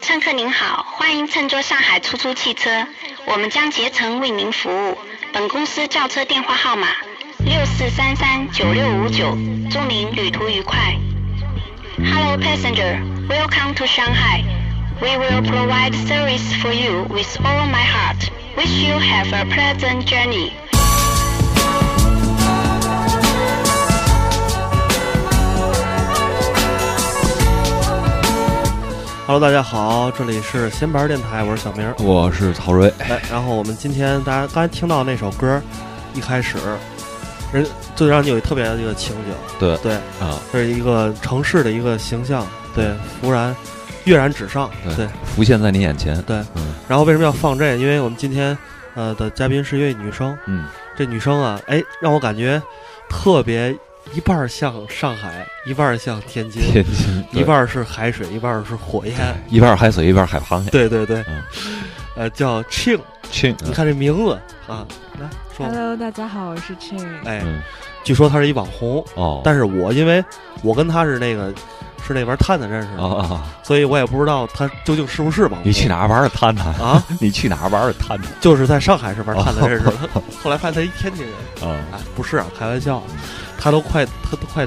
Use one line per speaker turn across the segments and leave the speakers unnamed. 乘客您好，欢迎乘坐上海出租汽车，我们将竭诚为您服务。本公司轿车电话号码六四三三九六五九，祝您旅途愉快。Hello passenger, welcome to Shanghai. We will provide service for you with all my heart. Wish you have a pleasant journey.
哈喽，大家好，这里是闲白电台，我是小明。
我是曹睿，
来，然后我们今天大家刚才听到那首歌，一开始，人就让你有一特别的一个情景，
对
对，
啊，
这是一个城市的一个形象，对，忽然跃然纸上，
对
对。
浮现在你眼前，
对
嗯
然后为什么要放这个？因为我们今天呃的嘉宾是一位女生，
嗯，
这女生啊，哎，让我感觉特别一半儿像上海，一半儿像天津，
天津
一半儿是海水，一半儿是火焰。
对一半海水，一半海螃蟹，
对对对
嗯，
呃，叫庆，
亲，
你看这名字啊，来说吧，
Hello，大家好，我是 Cherry。
哎，
嗯，
据说他是一网红，
哦，
但是我因为我跟他是那个是那玩探探认识的，
啊啊，
所以我也不知道他究竟是不是网红。
你去哪玩儿探探？
啊？
你去哪玩儿探探？
就是在上海是玩探探认识的， 后来发现他一天津人。
啊，
哎，不是啊，开玩笑，他都快他都快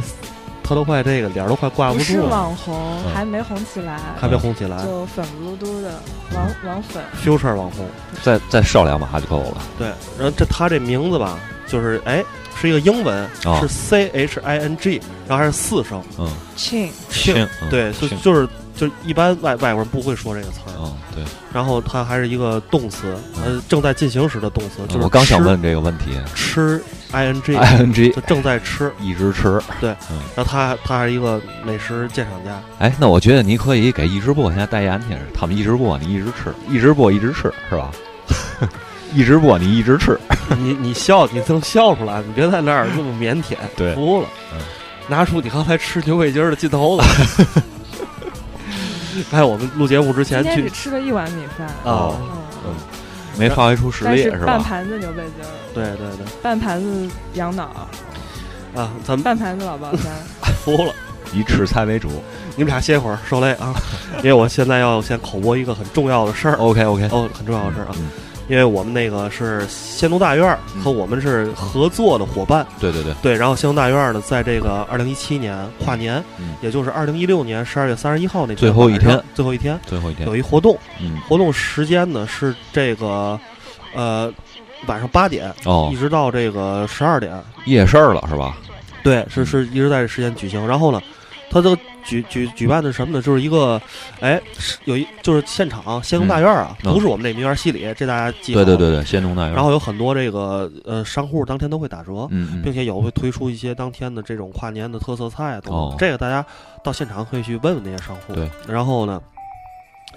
他都快这个脸儿都快挂
不
住
是
了，
网红，
嗯
还没红起来，
还没红起来。
就粉不噜嘟的网网粉。
future 网红，
再再少两码就够了，
对，然后这他这名字吧，就是哎，是一个英文，
哦
是 C H I N G，然后还是四声，
嗯，
Chin，
庆
亲，嗯
对，就
亲
就是就一般外外国人不会说这个词儿，
嗯，对，
然后它还是一个动词，
嗯
呃，正在进行时的动词，就是
我刚想
吃
问哎这个问题
吃 i n g，
，I N G
就正在吃。
一直吃，
然后他他还是一个美食鉴赏家，
哎，那我觉得你可以给一直播现在代言去，他们一直播你一直吃，一直播一直吃是吧？ 一直播你一直吃，
你你笑，你能笑出来，你别在那儿那么腼腆，
对
服了
嗯，
拿出你刚才吃牛尾筋儿的劲头来。 哎，我们录节目之
今
前
天只
去
吃了一碗米饭。
啊，
哦
嗯，
没发挥出实
但
力
是
是
半
吧？
盘子牛背筋儿，
对对对
半盘子羊脑，
啊，咱们
半盘子老爆香。
服了，
以吃菜为主。
你们俩歇会儿，受累 啊，因为我现在要先口播一个很重要的事儿
OK OK，
哦，很重要的事儿啊，
嗯，
因为我们那个是仙农大院儿
嗯
和我们是合作的伙伴，
对对对，
对，然后仙农大院儿呢，在这个二零一七年跨年，
嗯
也就是二零一六年十二月三十一号那天
最后一天
晚上，最后一天
最后一天
有，一活动，
嗯，
活动时间呢是这个，呃，晚上八点
哦
一，直到这个十二点，
夜市儿了是吧？
对，
嗯
是是一直在这时间举行。然后呢，它这个举举举办的是什么呢？就是一个，哎，是有一就是现场仙农大院儿啊，
嗯
不是我们这名园西里，这大家记
对
好
对对对，仙农大院。
然后有很多这个呃商户当天都会打折，
嗯，
并
嗯
且有会推出一些当天的这种跨年的特色菜啊等等。
哦
这个大家到现场可以去问问那些商户。
对，
然后呢，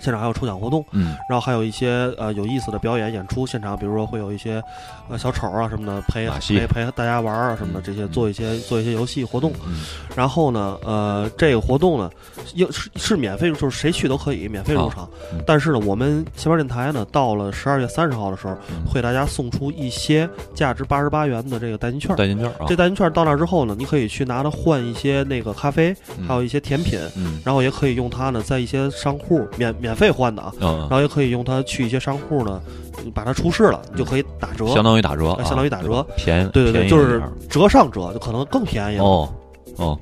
现场还有抽奖活动，
嗯，
然后还有一些呃有意思的表演演出，现场比如说会有一些呃小丑啊什么的陪
马戏
陪陪大家玩儿啊什么的，
嗯
这些
嗯
做一些做一些游戏活动。
嗯
然后呢，呃，这个活动呢，又是是免费入，就是谁去都可以免费入
好
场
嗯。
但是呢，我们前面电台呢，到了十二月三十号的时候，
嗯
会给大家送出一些价值八十八元的这个代金券。
代金券啊
这，代金券到那之后呢，你可以去拿它换一些那个咖啡，
嗯
还有一些甜品，
嗯
然后也可以用它呢，在一些商户免免费换的啊，
嗯
然，后也可以用它去一些商户呢，把它出示了，你就可以打折，
相当于打折啊，
哎相当于打折
便宜，
对对对
便宜
就
一
是
点儿
折上折，就可能更便宜了。
哦哦，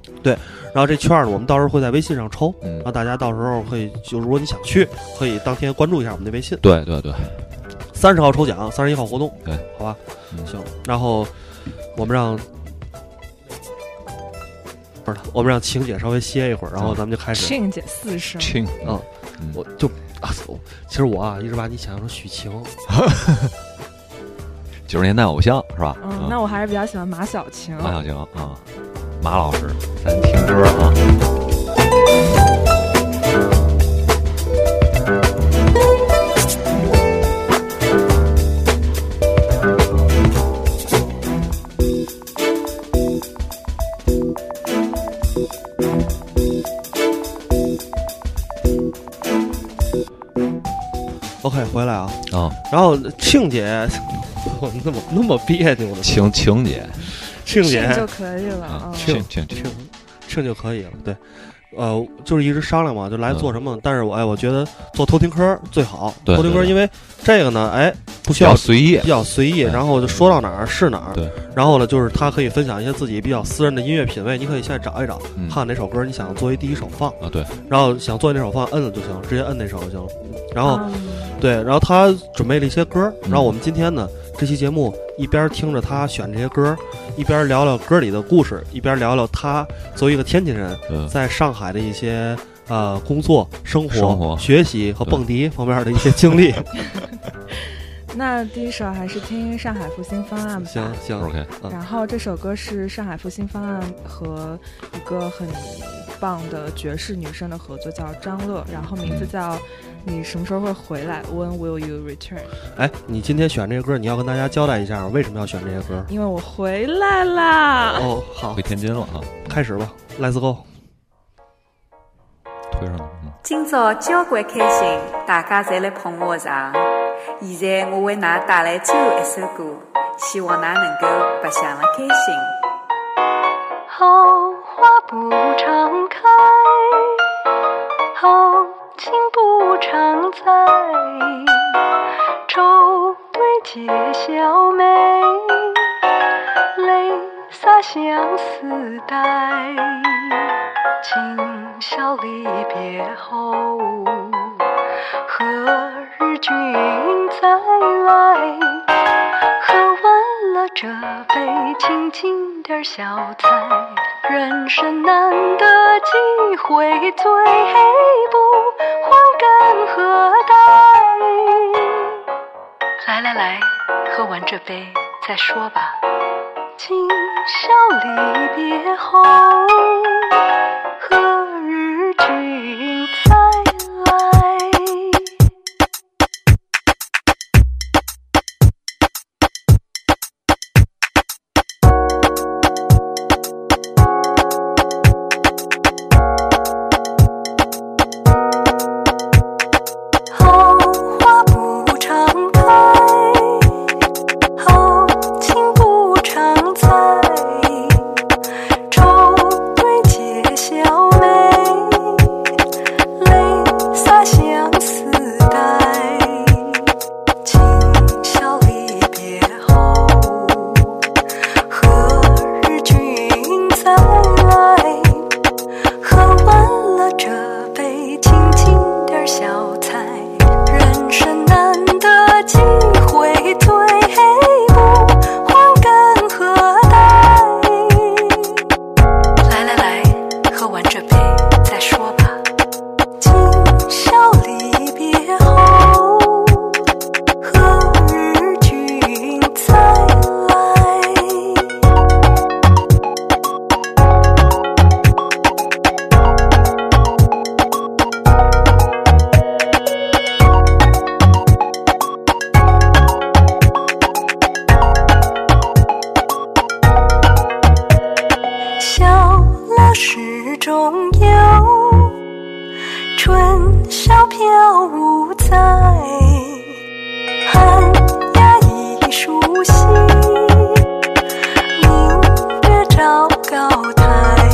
然后这券儿呢，我们到时候会在微信上抽，
嗯
然，后大家到时候可以就如果你想去，可以当天关注一下我们的微信。
对对对，
三十号抽奖，三十一号活动，
对，
好吧，
嗯
行。然后我们让，不是，我们让晴姐稍微歇一会儿，然后
嗯
咱们就开始。
Chin 姐四声，
亲，
嗯
嗯
我就啊，我其实我啊一直把你想象成许晴，
九十年代偶像是吧？
嗯，那我还是比较喜欢马小晴。
马小晴啊，马老师，咱听歌啊。
OK，回来啊。
啊，
然后庆姐， 我那么那么别扭呢？
晴晴姐
庆
Chin
姐
就，可以了
啊
啊，。
晴晴晴，
庆就可以了。对，呃，就是一直商量嘛，就来
嗯
做什么。但是我哎，我觉得做偷听科最好。
对
偷听科，
对对
因为这个呢，哎，不需
比较
要
随意
比。较随意，
哎
然后就说到哪儿是哪儿。
对。
然后呢，就是他可以分享一些自己比较私人的音乐品味，你可以现在找一找，
嗯
看哪首歌你想作为第一首放，
啊，对，
然后想做哪首放，摁了就行，直接摁那首就行了。然后
嗯
对，然后他准备了一些歌儿，
嗯
然后我们今天呢，这期节目一边听着他选这些歌儿，一边聊聊歌里的故事，一边聊聊他作为一个天津人
嗯，
在上海的一些呃工作、生活、
生活
学习和
对
蹦迪方面的一些经 历。
那第一首还是听《上海复兴方啊案》吧。
行行，
OK，
然后这首歌是《上海复兴方案》和一个很棒的爵士女生的合作，叫张乐，然后名字
嗯
叫《你什么时候会回来》（When Will You Return），
哎，你今天选这些歌儿，你要跟大家交代一下为什么要选这些歌儿。
因为我回来啦。
哦，好
回，天津了啊，
开始吧，Let's go。
推上去了。
今朝交关开心，大家侪来捧我场。现在我为㑚带来最后一首歌，希望㑚能够白相了开心。
好花不常开，好景不常在。愁堆解笑眉，泪洒相思带。今宵离别后，何日君再来？喝完了这杯，请进点小菜。人生难得几回醉，不欢干何待？来来来，喝完这杯再说吧。今宵离别后，何日君再来？好花不常开，好景不常在。愁堆解笑眉，泪洒相思带。今宵离别后，何日君再来？喝完了这杯，请进点小菜。人生难得几回醉，不欢干何待？来来来，喝完这杯再说吧。今宵离别后，何日君再来？小楼始终有，春宵飘舞在，寒鸦已熟悉，明月照高台。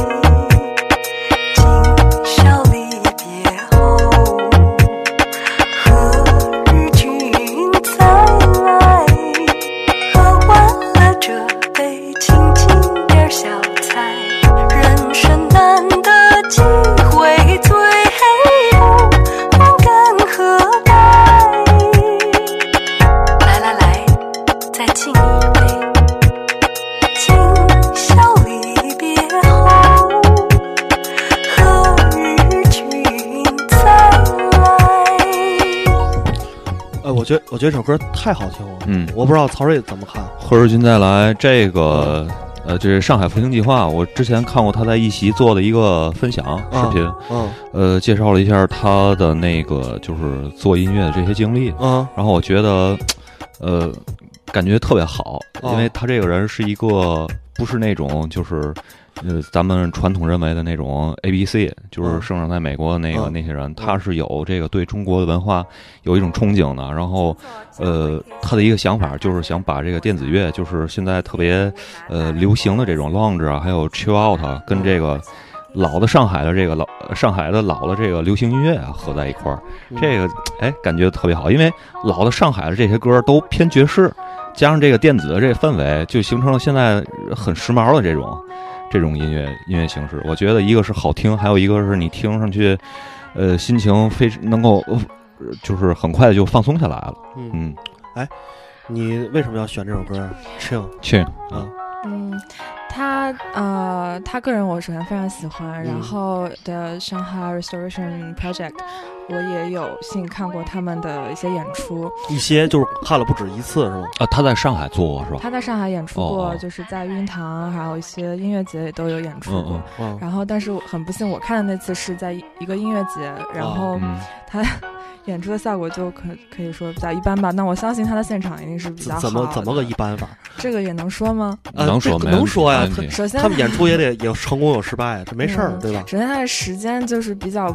今宵离别后，何日君再来？喝完了这杯，请进点小菜。人生难得几回醉，不欢干何待？来来来，再敬一杯。今宵离别后，何日君再来？
哎，我觉得我觉得这首歌太好听了，
嗯
我不知道曹睿怎么看。
何日君再来这个，呃，这是上海复兴计划，我之前看过他在一席做的一个分享视频，
嗯
呃，介绍了一下他的那个就是做音乐的这些经历，
嗯
然后我觉得，呃，感觉特别好，
哦
因为他这个人是一个不是那种就是。呃，咱们传统认为的那种 A B C，就是
嗯
生长在美国的那个、
嗯
那些人，他是有这个对中国的文化有一种憧憬的。然后，呃，他的一个想法就是想把这个电子乐，就是现在特别呃流行的这种 lounge 啊，还有 chill out，啊跟这个老的上海的这个老上海的老的这个流行音乐啊合在一块儿，
嗯
这个哎感觉特别好，因为老的上海的这些歌都偏爵士，加上这个电子的这氛围，就形成了现在很时髦的这种这种音乐音乐形式。我觉得一个是好听，还有一个是你听上去，呃，心情非能够。呃就是很快就放松下来了，
嗯
嗯，
你为什么要选这首歌啊？Chill，
去
啊
嗯，他呃，他个人我首先非常喜欢，然
嗯
后的上海 Restoration Project，我也有幸看过他们的一些演出。
一些就是看了不止一次是吗？
啊，他在上海做过是吧？
他在上海演出
哦
过，
哦
就是在育婴堂，还有一些音乐节也都有演出
嗯
过。
嗯
啊，
然后，但是我很不幸，我看的那次是在一一个音乐节，然
哦
后
嗯，
演出的效果就可可以说比较一般吧。那我相信他的现场一定是比较
怎
好
怎么怎么
的
个一般法？
这个也能说吗？
啊
能
这
说
个
没
能
问题
说呀
没问题
首先，
他们演出也得有成功有失败，啊这没事儿
嗯
对吧？
首先它的时间就是比较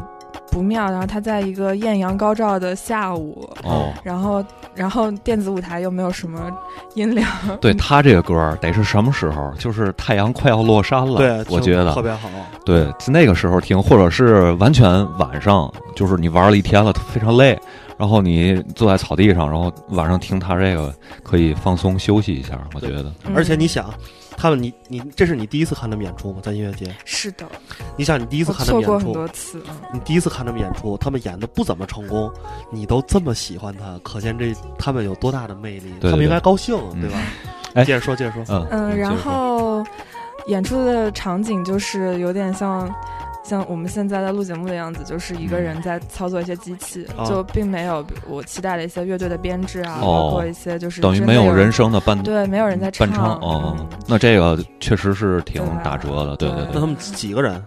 不妙，然后它在一个艳阳高照的下午，
哦，
然后然后电子舞台又没有什么音量，
对他这个歌儿得是什么时候？就是太阳快要落山了，
对，
嗯
就
我觉
特
得
别好。
对，在那个时候听，或者是完全晚上，就是你玩了一天了，非常累，然后你坐在草地上，然后晚上听他这个可以放松休息一下，我觉得
嗯
而且你想，他们你你这是你第一次看他们演出吗？在音乐节，
是的，
你想你第一次
我
看他们
错过
演
很
出，
多次，嗯
你第一次看他们演出，他们演的不怎么成功，你都这么喜欢他，可见这他们有多大的魅力，
对
他们应该高兴
嗯
对吧？
哎
接着说，接着说，
嗯
嗯，
你接
然
着说
后演出的场景就是有点像。像我们现在在录节目的样子，就是一个人在操作一些机器，
嗯
哦
就并没有我期待的一些乐队的编制啊，
哦
包括一些就是
等于
真
没
的
有
有
人声的伴
对，没有人在
伴唱，哦，
嗯啊
哦那这个确实是挺打折的，对
对吧
那
对
他
对，
们几个人？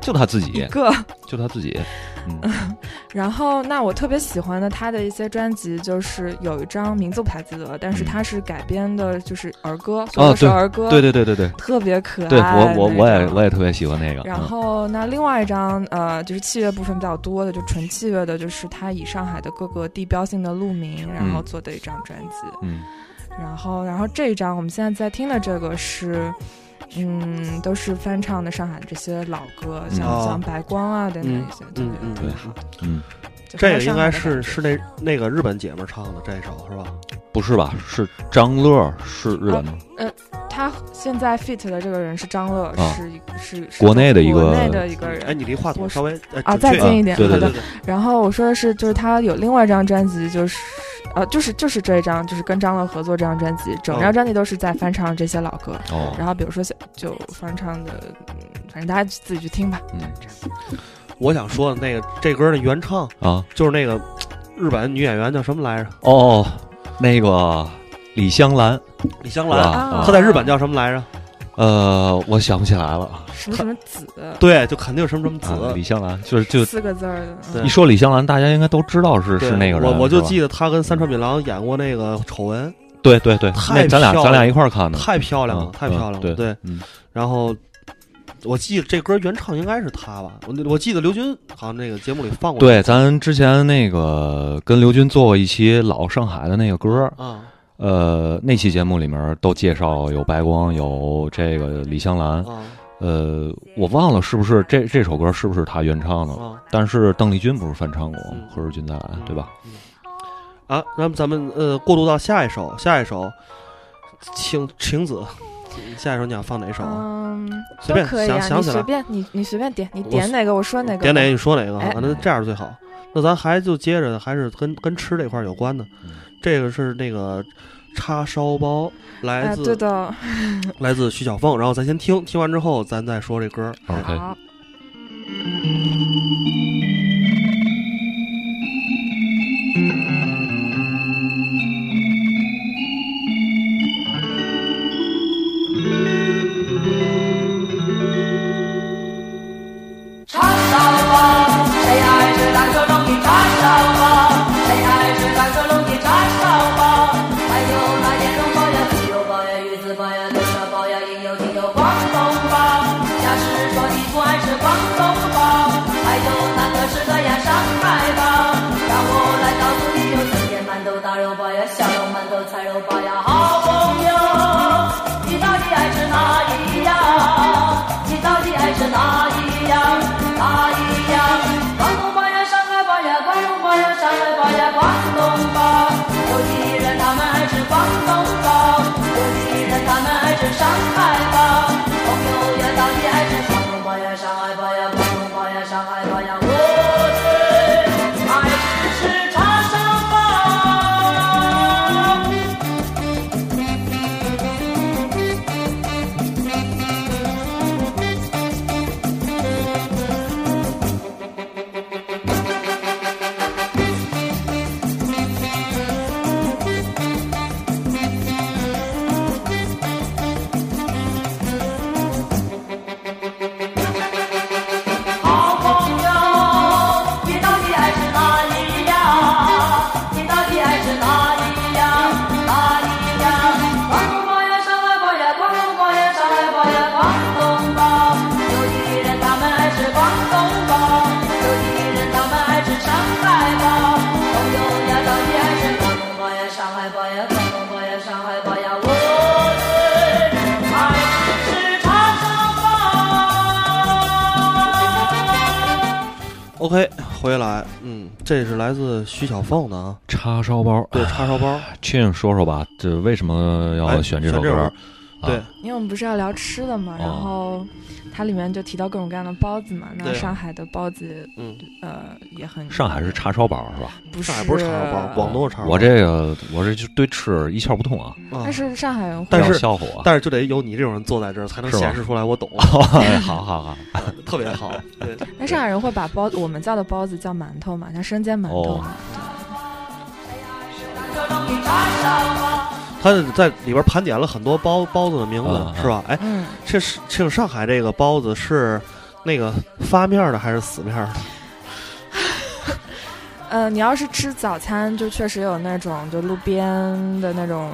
就他自
一
己，
个
就他自己，嗯，
然后，那我特别喜欢的他的一些专辑，就是有一张名字不太记得了，但是
嗯
它是改编的，就是儿歌，所有都是儿歌，
哦对对对对对，
特别可爱。
对我我我也我
也。
也特别喜欢那个，
然
嗯
后，那另外一张，呃，就是器乐部分比较多的，就纯器乐的，就是他以上海的各个地标性的路名，然
嗯
后做的一张专辑。
嗯。
然后，然后这一张我们现在在听的这个是，嗯，都是翻唱的上海的这些老歌，像、
哦
像白光啊等等一些，对
嗯
对
嗯
特
对
别好。
嗯，
就
这
很有
个应
上海
该
的感
是
觉
是那那个日本姐们儿唱的这一首是吧？
不是吧？是张乐，是日本的，
他现在 fit 的这个人是张乐，
哦
啊
是一是是
国内的一个
国内的一个
哎，
人。
你离话筒
我
稍微呃
啊
准确
再近一点
对对
对
对，
对，
然后我说的是，就是他有另外一张专辑，就是呃，就是就是这一张，就是跟张乐合作这张专辑，整张专辑都是在翻唱这些老歌。
啊
哦，
然后比如说像就翻唱的，嗯反正大家自己去听吧。
嗯
我想说的那个这歌的原唱
啊，
就是那个日本女演员叫什么来着？
哦哦，那个李香兰，
李香
是
兰，
啊
吧？
哦啊她在日本叫什么来着？
呃，我想不起来了，
什么什么子，
对，就肯定什么什么
啊
子
李。香兰，就是就
四个字儿的。
对
嗯
一说李香兰，大家应该都知道是
对
是那个人，
我我就是
吧
记得她跟三川敏郎演过那个《丑闻
对对对，
太
那咱俩
漂亮
咱俩一块儿看》，的，
太漂亮
嗯
了，太漂亮了。
嗯对
对，，
嗯
然后我记得这歌原唱应该是她吧？我我记得刘军好像那个节目里放过。
对，咱之前那个跟刘军做过一期老上海的那个歌儿，
啊
呃，那期节目里面都介绍有白光，有这个李香兰，
啊
呃，我忘了是不是这这首歌是不是他原唱的，
啊！
但是邓丽君不是翻唱过
嗯
《何日君再来》，啊对吧？
嗯？啊，那么咱们呃过渡到下一首，下一首晴晴子，下一首你想放哪首啊？
嗯，
随
都
便
可以啊，
想想
你
起来
随便你你随便点，你
我
点哪个我说哪个吧。
点哪个你说哪个，
哎
反正这样最好。那咱还就接着，还是跟跟吃这块儿有关的
嗯。
这个是那个叉烧包，来
哎，
自、
对的，
来自徐小凤。然后咱先听听完之后，咱再说这歌。
OK，
好。
叉烧包，谁爱吃蓝色龙的叉烧包？谁爱吃蓝色龙的叉烧包？还有那莲蓉包呀、鸡肉包呀、鱼子包呀、豆沙包呀，应有尽有广东包。要是说你不爱吃广东包，还有海吧呀，广东吧呀，上海吧呀，我最爱吃叉烧包。好朋友，你到底爱吃哪里呀？你到底爱吃哪里呀？哪里呀？广东包呀，上海包呀，广东包呀，上海包呀，广东包。有的人他们爱吃广东包，有的人他们爱吃上海包。朋友呀，到底爱吃广东包呀，上海包呀，广东包呀，上海包呀，我最爱吃叉烧包。
OK，回来，嗯，这是来自徐小凤的啊，
叉烧包，
对，叉烧包，
确认说说吧，这为什么
哎
要选这首歌？
歌，对
啊，
因为我们不是要聊吃的嘛，然后它里面就提到各种各样的包子嘛。那
哦对啊
上海的包子，
嗯，
呃，也很
上海是叉烧包是吧？
不是
上海不是叉烧包，广东是叉烧包，
我这个我这就对吃一窍不通啊，
啊
但是上海人会
但
不要
是
笑话啊我。
但是就得有你这种人坐在这儿，才能
是吗
显示出来 我懂，
哎好好好，
特别好。对，
那上海人会把包我们叫的包子叫馒头嘛，像生煎馒头嘛。
哦他在里边盘点了很多包包子的名
啊
字，是吧？哎，
嗯，
这是这个上海这个包子是那个发面的还是死面 的？
呃，你要是吃早餐，就确实有那种就路边的那种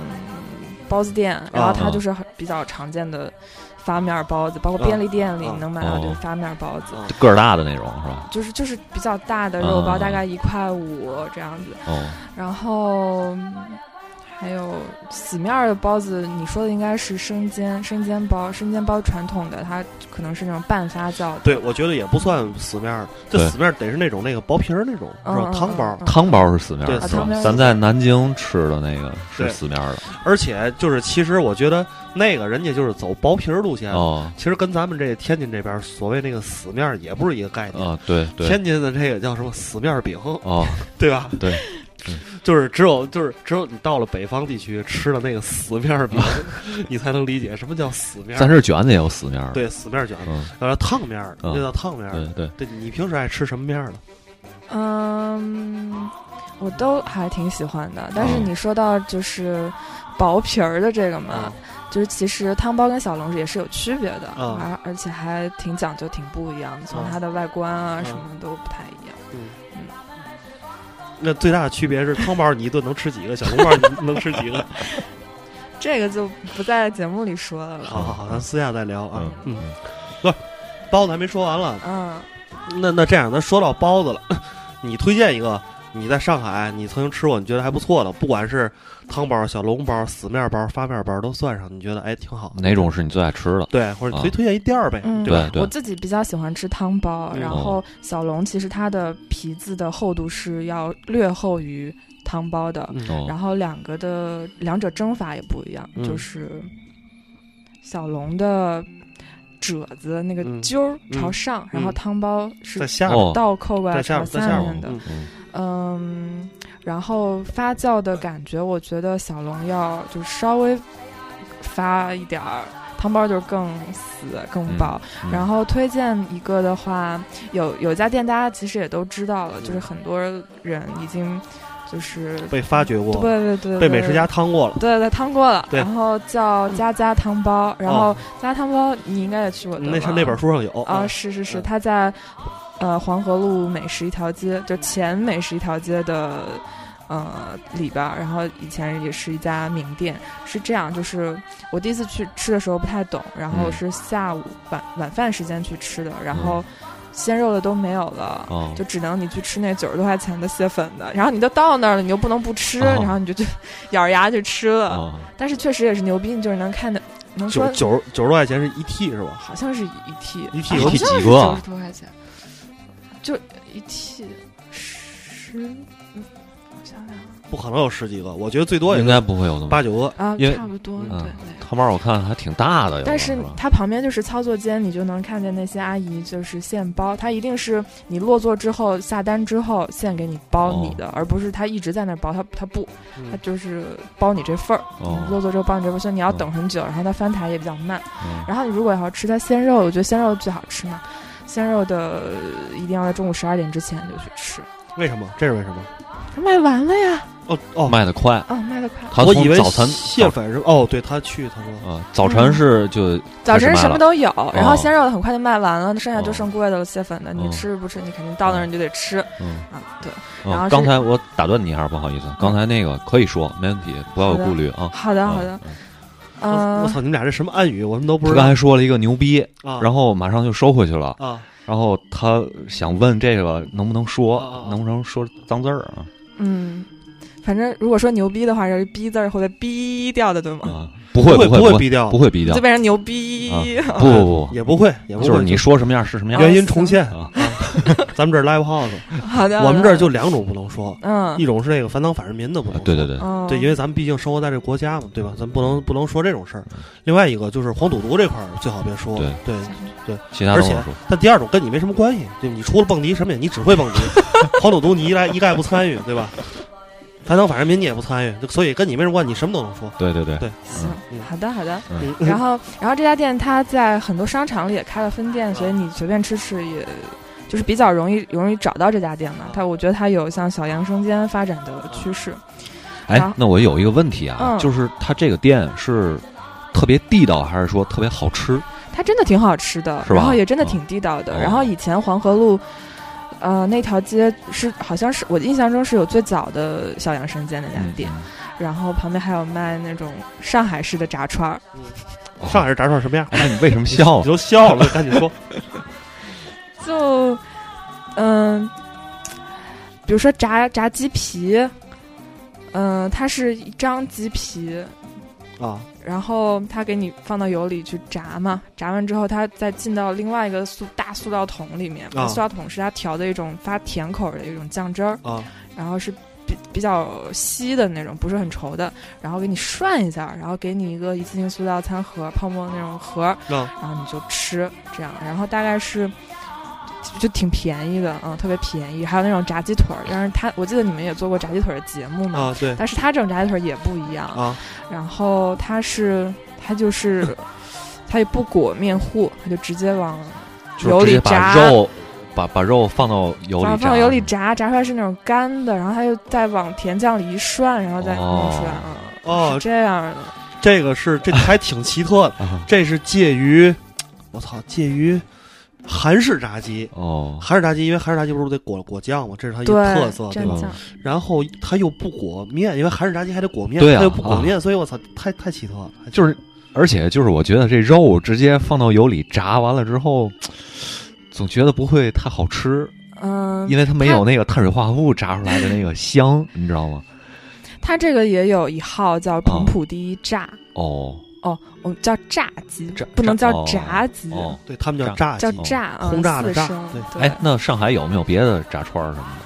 包子店，然后它就是很比较常见的发面儿包子，包括便利店里
啊啊啊
能买到
哦
的发面儿包子。
啊
个儿大的那种是吧？
就是就是比较大的肉
啊
包，大概一块五这样子，
哦，
嗯
然后嗯还有死面儿的包子，你说的应该是生煎生煎包，生煎包传统的它可能是那种半发酵的，
对，我觉得也不算死面儿，这
对
死面儿得是那种那个薄皮儿那种，是吧？
嗯
汤包。
嗯
汤包是死面
对
儿是吧
汤包？是
咱在南京吃的那个
对
是死面儿的
而且就是，其实我觉得那个人家就是走薄皮儿路线，
哦
其实跟咱们这天津这边所谓那个死面儿也不是一个概念。
哦，对对
天津的这个叫什么死面饼，
哦，
对吧？
对，
就是只有就是只有你到了北方地区吃了那个死面
啊
饼，你才能理解什么叫死面。
三市卷子也有死面儿的，
对死面卷，
嗯，
呃，烫面儿的，
嗯
那叫烫面儿
对
的。
对，
对，你平时爱吃什么面儿的？
嗯，我都还挺喜欢的。但是
嗯
你说到就是薄皮儿的这个嘛，
啊
就是其实汤包跟小笼子也是有区别的，
嗯
而、而且还挺讲究、挺不一样的，从
嗯
它的外观啊、
嗯
什么都不太一样。
那最大的区别是汤包你一顿能吃几个，小笼包你能吃几 个？
这个就不在节目里说了了。
好好好，咱私下再聊啊嗯
嗯。嗯，
包子还没说完了，
嗯，
那那这样，咱说到包子了， 你推荐一个你在上海你曾经吃过你觉得还不错的，不管是汤包、小笼包、死面包、发面包都算上，你觉得哎挺好的。
哪种是你最爱吃的？
对，或者推
啊
推荐一店儿呗，
嗯
吧？
对
我自己比较喜欢吃汤包，
嗯
然后小笼其实它的皮子的厚度是要略厚于汤包的，
嗯，
哦
然后两个的两者蒸法也不一样，
嗯
就是小笼的褶子那个
嗯
揪儿朝上，然后
嗯
汤包是
在下边，
哦，
倒扣啊过
在
来
下
朝
边，在下
面
边
的，
嗯
嗯
嗯，然后发酵的感觉，我觉得小笼要就稍微发一点儿，汤包就更死更
嗯
薄。
嗯
然后推荐一个的话，有有家店大家其实也都知道了，就是
嗯
很多人已经就是
被发掘过，
对对对
被
对
美食家汤过了。
对对汤过了，
对嗯
然后叫家家汤包，然后
哦
家家汤包你应该也去过对
那上
吗
那本书上有
啊，是是是，
嗯
它在呃黄河路美食一条街，就前美食一条街的呃里边儿，然后以前也是一家名店，是这样，就是我第一次去吃的时候不太懂，然后
嗯
是下午晚晚饭时间去吃的，然后鲜肉的都没有了。
哦
就只能你去吃那九十多块钱的蟹粉的，然后你都到那儿了，你又不能不吃，
哦
然后你就就 咬着牙去吃了。
哦
但是确实也是牛逼，你就是能看的，能
九
说
九十九十多块钱是一 T 是吧？
好像是一 T，
一 T
啊
有
好
几
像是
几个
九
啊
十多块钱，就一 T 十，嗯我想想
不可能有十几个，我觉得最多也
应
就
该不会有那么。
八九个。
啊，
因为
差不多，
嗯
对对。
汤包我看还挺大的，有的
但是
吧
它旁边就是操作间，你就能看见那些阿姨就是现包，她一定是你落座之后下单之后现给你包你的，而不是她一直在那儿包，她她不，她就是包你这份儿。
哦
落座之后包你这份儿，所以你要
嗯
等很久，然后它翻台也比较慢。
嗯
然后你如果要吃它鲜肉，我觉得鲜肉最好吃嘛，鲜肉的呃一定要在中午十二点之前就去吃，
为什么？这是为什么？
它卖完了呀，
哦哦，
卖的快，
啊、卖的快。
他
我
从
以为
早餐
蟹粉是哦，对他去他说
啊，早
嗯
晨是就
早
开
晨
始卖
什
了
么都有，
哦
然后鲜肉的很快就卖完了，剩下就剩贵的了，蟹粉的，
哦
你吃不吃？你肯定到那儿你就得吃
哦
嗯。
啊。对，然
啊
后是
刚才我打断你一下，不好意思，刚才那个可以说，没问题，不要有
好的
顾虑啊。
好的
嗯
好的，，
嗯
哦我
嗯，
操，你们俩这什么暗语，我们都不
他
知
刚
道
才说了一个牛逼，
啊。
然后马上就收回去了。
啊，
然后他想问这个能不能说
啊啊啊，
能不能说脏字儿啊？
嗯，反正如果说牛逼的话，是逼字儿会被逼掉的，对吗？
啊，不会
不会
会
不会
不
逼掉啊
不会逼掉
就，变成牛逼。
不
啊
不不
也不会，也不
不，
会，
就是你说什么样是什么样
原音重现
啊。
咱们这儿 live house，
好的，
我们
好的
这儿就两种不能说，
嗯
一种是那个反党反人民的不能
啊
说，
对对对，
嗯
对，因为咱们毕竟生活在这国家嘛，对吧？咱不能不能说这种事儿。另外一个就是黄赌毒这块儿最好别说，
对
对。
其他
而
都
且
能说。
但第二种跟你没什么关系，对吧你除了蹦迪什么也，你只会蹦迪， 黄赌毒你一概一概不参与，对吧？反党反人民你也不参与，所以跟你没什么关系，你什么都能说。
对对对
对
行
嗯
好的好的。
嗯
然后，然后这家店它在很多商场里也开了分店，所以你随便吃吃也，就是比较容易容易找到这家店嘛。它我觉得它有向小阳生煎发展的趋势。
哎
好，
那我有一个问题啊，
嗯
就是他这个店是特别地道，还是说特别好吃？
它真的挺好吃的，
是吧
然后也真的挺地道的。
哦
然后以前黄河路，呃，那条街是好像是我印象中是有最早的小杨生煎那家嗯
嗯
店，然后旁边还有卖那种上海式的炸串儿。
哦
上海是炸串什么样？
哎，你为什么笑
你？都笑了，赶紧说。
就，嗯、比如说炸炸鸡皮，嗯、它是一张鸡皮，
啊，
然后它给你放到油里去炸嘛，炸完之后它再进到另外一个塑大塑料桶里面，
啊
塑料桶是它调的一种发甜口儿的一种酱汁儿，
啊，
然后是比比较稀的那种，不是很稠的，然后给你涮一下，然后给你一个一次性塑料餐盒，泡沫那种盒儿，
嗯
啊
然后你就吃这样，然后大概是。就就挺便宜的，嗯，特别便宜。还有那种炸鸡腿儿，但是它我记得你们也做过炸鸡腿儿的节目嘛，
啊，对
但是它这种炸鸡腿儿也不一样，
啊，
然后它是它就是它也不裹面糊，它就直接往
就
油
是直
里
接把
炸，
肉把把肉放到油里炸，
然后
啊
放到油里炸，炸出来是那种干的，然后它又再往甜酱里一涮，然后再弄出来
哦
啊。
哦
是这样的，
这个是这还挺奇特的，
啊。
这是介于，我操，介于韩式炸鸡。
哦，
韩式炸鸡，因为韩式炸鸡不是得裹裹酱吗？这是它一个
对，
特色，对
蘸
吧？
酱。
然后它又不裹面，因为韩式炸鸡还得裹面，
对啊
它又不裹面，所以我操，太太奇特了。
就是，而且就是，我觉得这肉直接放到油里炸完了之后，总觉得不会太好吃，
嗯
因，为它没有那个碳水化合物炸出来的那个香，你知道吗？
它这个也有一号叫彭浦第一炸，
哦
哦，我们叫炸鸡
炸，
不能
炸
叫炸鸡，
哦，
对他们叫炸鸡
叫，炸啊，
轰炸的
四
炸
声
对
对，
哎，那上海有没有别的炸串儿什么的？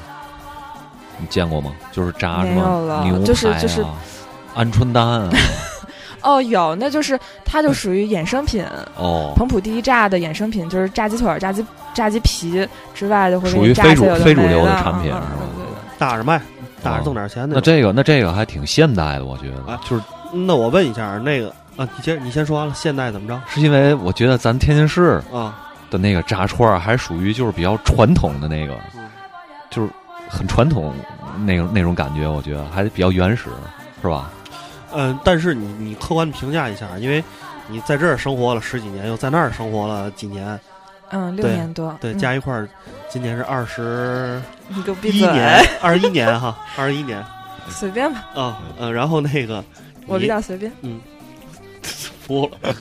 你见过吗？就是炸什
没有了
么牛排啊、
就是就是
鹌鹑蛋 啊，
哦，有，那就是它就属于衍生品。
嗯哦，
彭浦第一炸的衍生品就是炸鸡腿儿、炸鸡炸鸡皮之外，就会
属
给你
于
炸
非
一
主
些有的
非主
没
流的
的
产品
嗯嗯
是吧
嗯对的
打着卖，打着挣点钱
哦那
种。
这个那这个还挺现代的，我觉
哎
得，就是
那我问一下，那个啊，你先你先说完了，现代怎么着
是因为我觉得咱天津市
啊？
的那个炸串儿还属于就是比较传统的那个，
嗯
就是很传统那种那种感觉，我觉得还比较原始，是吧？
嗯，但是你你客观评价一下，因为你在这儿生活了十几年，又在那儿生活了几年，
嗯，六
对
年多，
对，
嗯
加一块儿，今年是二十
你给我闭
一
嘴，
年，二一年哈，二一年嗯
随便吧，
啊，嗯，然后那个
我
你
比较随便。
嗯，哭了。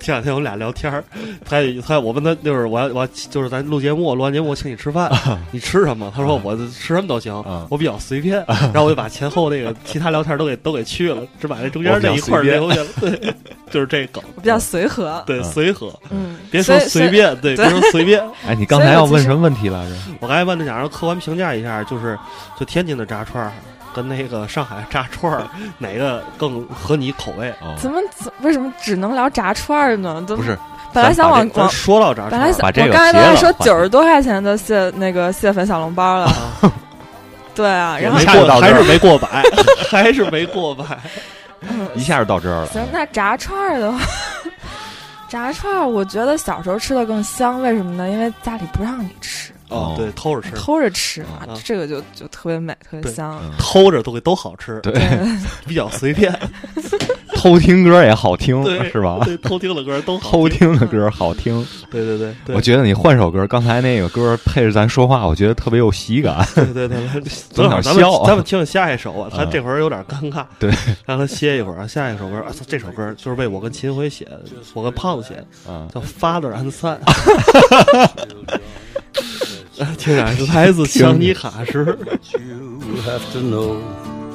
前两天我们俩聊天儿，他他我问他就是我要我要就是咱录节目，录完节目我请你吃饭，你吃什么？他说我吃什么都行
啊，
我比较随便。然后我就把前后那个其他聊天都给都给去了，只把那中间
我比
那
较
一块儿
随便啊
留下了。 对，就是这梗，
我比较随和，
对，
嗯
随和。
嗯，
别说
所以
随，便，对，别说随便。
哎，你刚才要问什么问题来着？
嗯
我刚才问的想让客观评价一下，就是就天津的炸串儿跟那个上海炸串儿哪个更合你口味？
哦
所以怎么怎为什么只能聊炸串儿呢？都
不是，
本来想往
咱
往
说到炸
本
串
来
儿，
想
把这个
我刚才都
结
在
了
说
话题
九十多块钱的蟹那个蟹粉小笼包了，对啊，然后
没
下就
过，
到这
还
儿
是没过 百，还是没过百。
嗯
一下就到这儿了。
行，那炸串儿的话， 炸串儿我觉得小时候吃的更香，为什么呢？因为家里不让你吃，
哦
哦，
对，偷着吃，
偷着吃嘛，
啊
这个就就特别美，特别
对
香。
嗯
偷着都会都好吃，
对，
比较随便。
偷听歌也好听，
对，
是吧？
对，偷听的歌都好
偷。听的歌好听，
对对对对，
我觉得你换首歌，刚才那个歌配着咱说话，我觉得特别有喜感。
对对 对，
总
正
想
好咱
笑
们 咱们听下一首吧，他
嗯
这会儿有点尴尬，
对，
让他歇一会儿。下一首歌，啊，这首歌就是为我跟秦晖写的，我跟胖子写的，
嗯，
叫《Father and Son》。听着，来自
听着
强尼卡什。
You have to know.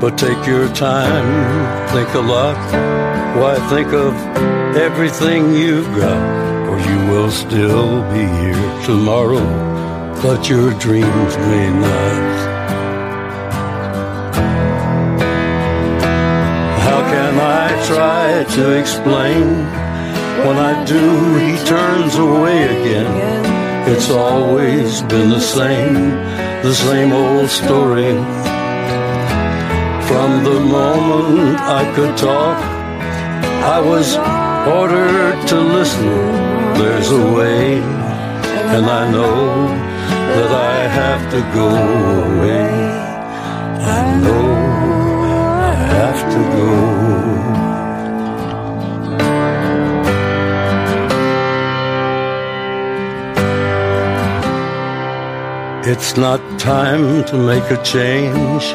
But take your time, think a lot. Why think of everything you've got? For you will still be here tomorrow, but your dreams may not. How can I try to explain? When I do, he turns away again. It's always been the same, the same old story. From the moment I could talk, I was ordered to listen. There's a way, and I know that I have to go away. I know I have to go. It's not time to make a change.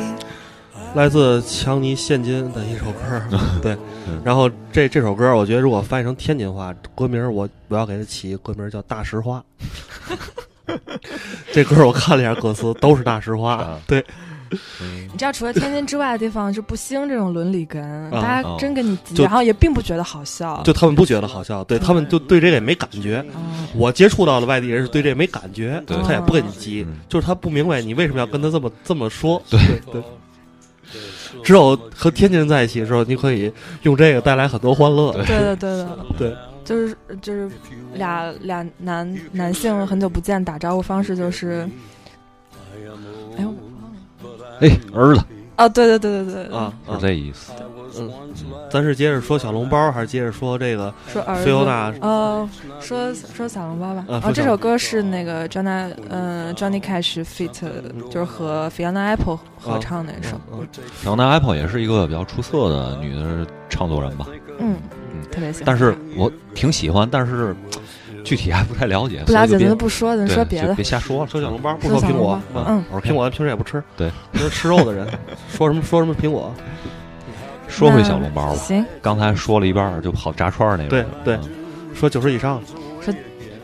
来自强尼现金的一首歌，对。然后这这首歌，我觉得如果翻译成天津话，歌名儿我我要给它起一个歌名儿叫《大实话》。这歌儿我看了一下歌词，都是大实话
啊。
对，
你知道，除了天津之外的地方，就不兴这种伦理哏，
啊
大
啊
家真跟你急，
就
然后也并不觉得好笑。
就他们不觉得好笑，对他们就对这个也没感觉。
嗯
我接触到的外地人是对这没感觉，
对
他也不跟你急
嗯，
就是他不明白你为什么要跟他这么这么说。对对，只有和天津人在一起的时候，你可以用这个带来很多欢乐。
对的，对的，
对，
就是就是俩俩男男性很久不见，打招呼方式就是，哎，我忘了
哎，
嗯
儿子
哦，对对对对对，
啊，
是
啊
这意思。
咱是接着说小笼包，还是接着说这个
说儿
菲欧
子，
娜？
呃，说说小笼包吧。
啊
然
说
后这
小笼
首歌是那个 Johnny，嗯，Johnny Cash feat 就是和 Fiona Apple 合唱那首，
嗯
小娜 Apple 也是一个比较出色的女的唱作人吧，
嗯，特别喜欢。
但是我挺喜欢，但是具体还不太了解，
不了
所以
解
就
咱
别
就不说，咱
对
说别
就
的。
别瞎说了，嗯
说小笼包，不说
说小
苹
苹
果
果，
啊
嗯，
OK
苹果咱平时也不吃，
对，
都是吃肉的人，说什么说什么苹果，
说回小笼包吧，
行，
刚才说了一半儿就跑炸串儿那个，
对对
嗯
说九十以上，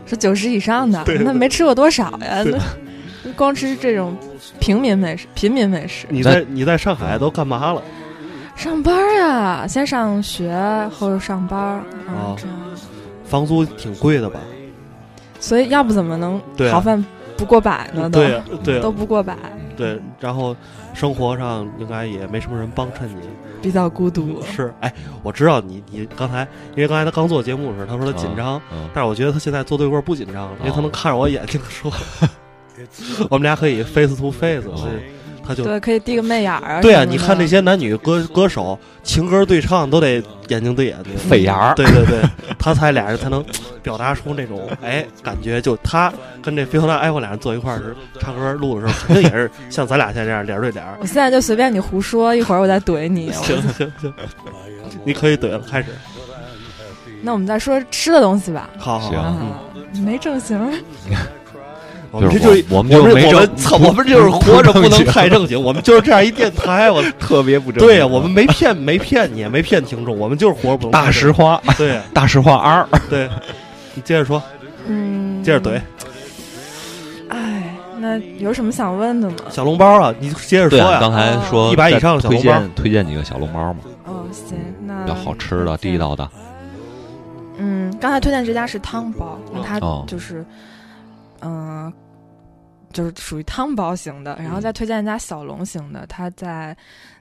是九十以上的
对，
那没吃过多少呀？
对
那光吃这种平民美食，平民美食，
你
那
在你在上海都干嘛了？
上班儿啊，先上学，后又上班儿，然后
哦
这样。
房租挺贵的吧？
所以要不怎么能
对啊
好饭不过百呢？都
对呀对啊
都
呀
不过百，
对，然后生活上应该也没什么人帮衬你。
比较孤独。
是，哎，我知道你你刚才，因为刚才他刚做节目的时，候，他说他紧张，
嗯，哦
但是我觉得他现在做对过不紧张了，因为他能看着我眼睛说， 我们俩可以 face to face，所
哦
以他就
对，可以递个媚眼儿啊。
对啊，
什么的
你看那些男女歌歌手情歌对唱都得眼睛对眼睛，
费牙儿，
对对对，他才俩人才能表达出那 种哎感觉，就他跟这菲欧娜艾弗俩人坐一块儿时唱歌录的时候，肯定 也是像咱俩现在这样脸对脸儿。
我现在就随便你胡说，一会儿我再怼 你。
行行行，你可以怼了，开始，
那我们再说吃的东西吧。
好好，
行
好
啊，没正形儿，
我们
就
这
是
就是
我我们
嗯我
就
们
没
我
正
们操，我们就是活着不
不正
能
经
太正经，我们就是这样一电台，我
特别不 正嗯
对呀，我们没骗没骗你，没骗听众，我们就是活着不能
大
太
实
正
话，
经，对
大实话 R，
对，你接着说，
嗯，
接着怼。。
哎，那有什么想问的吗？
小笼包啊，你接着说
对啊，
呀。
刚才说
100以上的小
推
笼包
荐推荐几个小笼包嘛，
哦，行，那
比较好吃的、地。道的，
嗯，刚才推荐这家是汤包，那它
哦
就是，嗯、就是属于汤包型的。然
嗯
后再推荐一家小龙型的，它在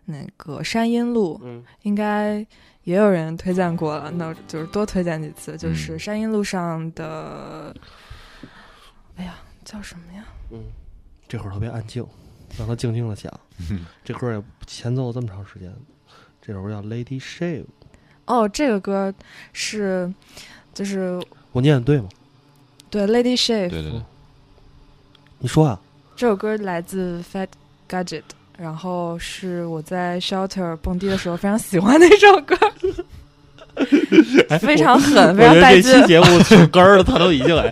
那个山阴路，
嗯，
应该也有人推荐过了，那就是多推荐几次。就是
嗯
山阴路上的，哎呀，叫什么呀？
这会儿特别安静，让他静静的想。 这歌也前奏这么长时间，这首歌叫《Lady Shave》，
哦，这个歌是，就是
我念的对吗？
对 Lady Shave
对对对，
你说啊，
这首歌来自 Fat Gadget，然后是我在 Shelter 蹦迪的时候非常喜欢的一首歌， 非常狠，
哎我觉
非常
得
带
这
劲。
期节目挺根儿的，他都已经哎，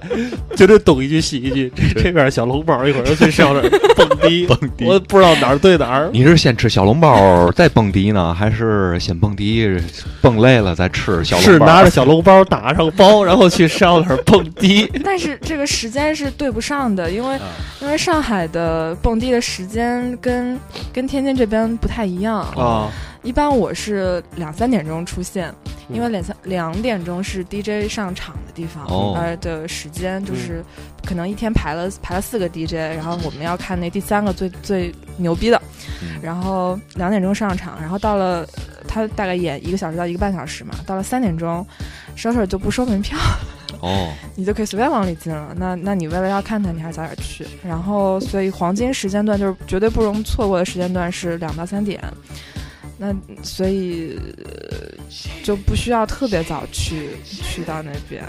绝对懂一句是一句。这这边小笼包一会儿又去上那儿 蹦迪，
蹦迪
我不知道哪儿对哪儿。
你是先吃小笼包再蹦迪呢，还是先蹦迪蹦累了再吃小笼包？
是拿着小笼包打上包，然后去上那儿蹦迪。
但是这个时间是对不上的，因为、
啊
因为上海的蹦迪的时间跟跟天津这边不太一样。
啊，
一般我是两三点钟出现，
嗯
因为两三两点钟是 DJ 上场的地方，
哦嗯
呃的时间就是可能一天排了排了四个 DJ，然后我们要看那第三个最最牛逼的，
嗯
然后两点钟上场，然后到了呃他大概演一个小时到一个半小时嘛，到了三点钟 s h o t e r 就不收门票，
哦，
你就可以随便往里进了。那那你为了要看他，你还是早点去。然后，所以黄金时间段就是绝对不容错过的时间段是两到三点。那所以呃就不需要特别早去去到那边，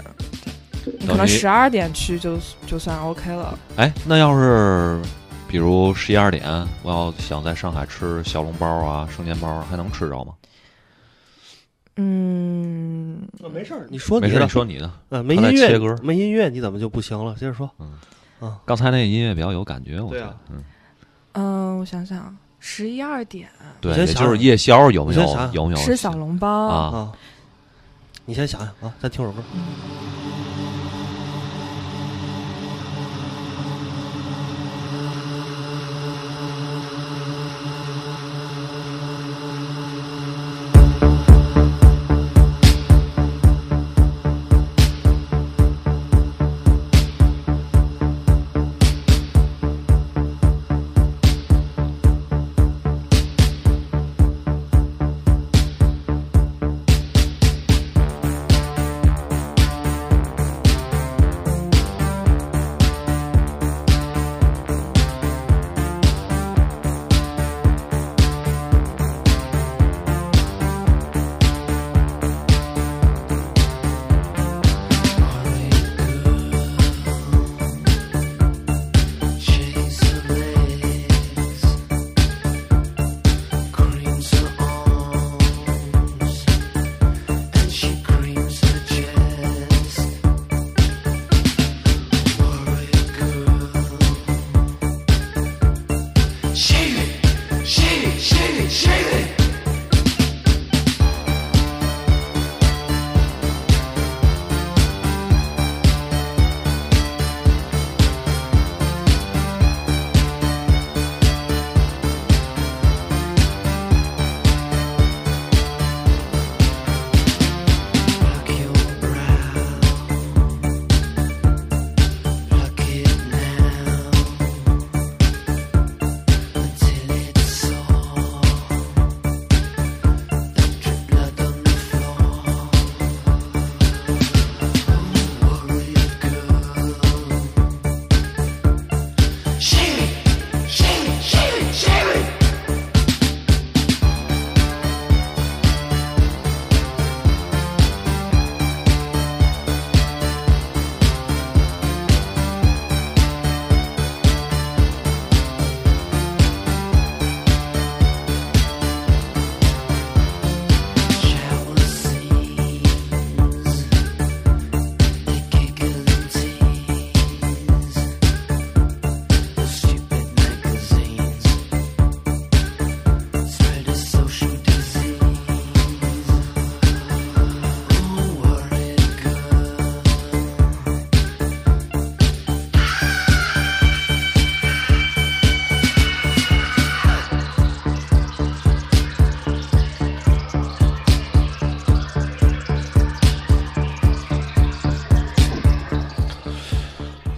你可
等
能
于
十二点去就就算 OK 了。
哎，那要是比如十一二点，我要想在上海吃小笼包啊、生煎包啊，还能吃着吗？
嗯，
没事儿，你说
没
你
事，
的
你，说你的。
呃，没
他在
音乐
切歌，
没音乐，你怎么就不行了？接着说，
刚才那音乐比较有感觉，我觉
对啊
得，嗯，
嗯、我想想，十一二点
嗯对，
你
啊
先
也
想
就是夜宵有没有
你先想想
有没有
吃小笼包，
啊？
啊，你先想想啊，咱听首歌。
Thank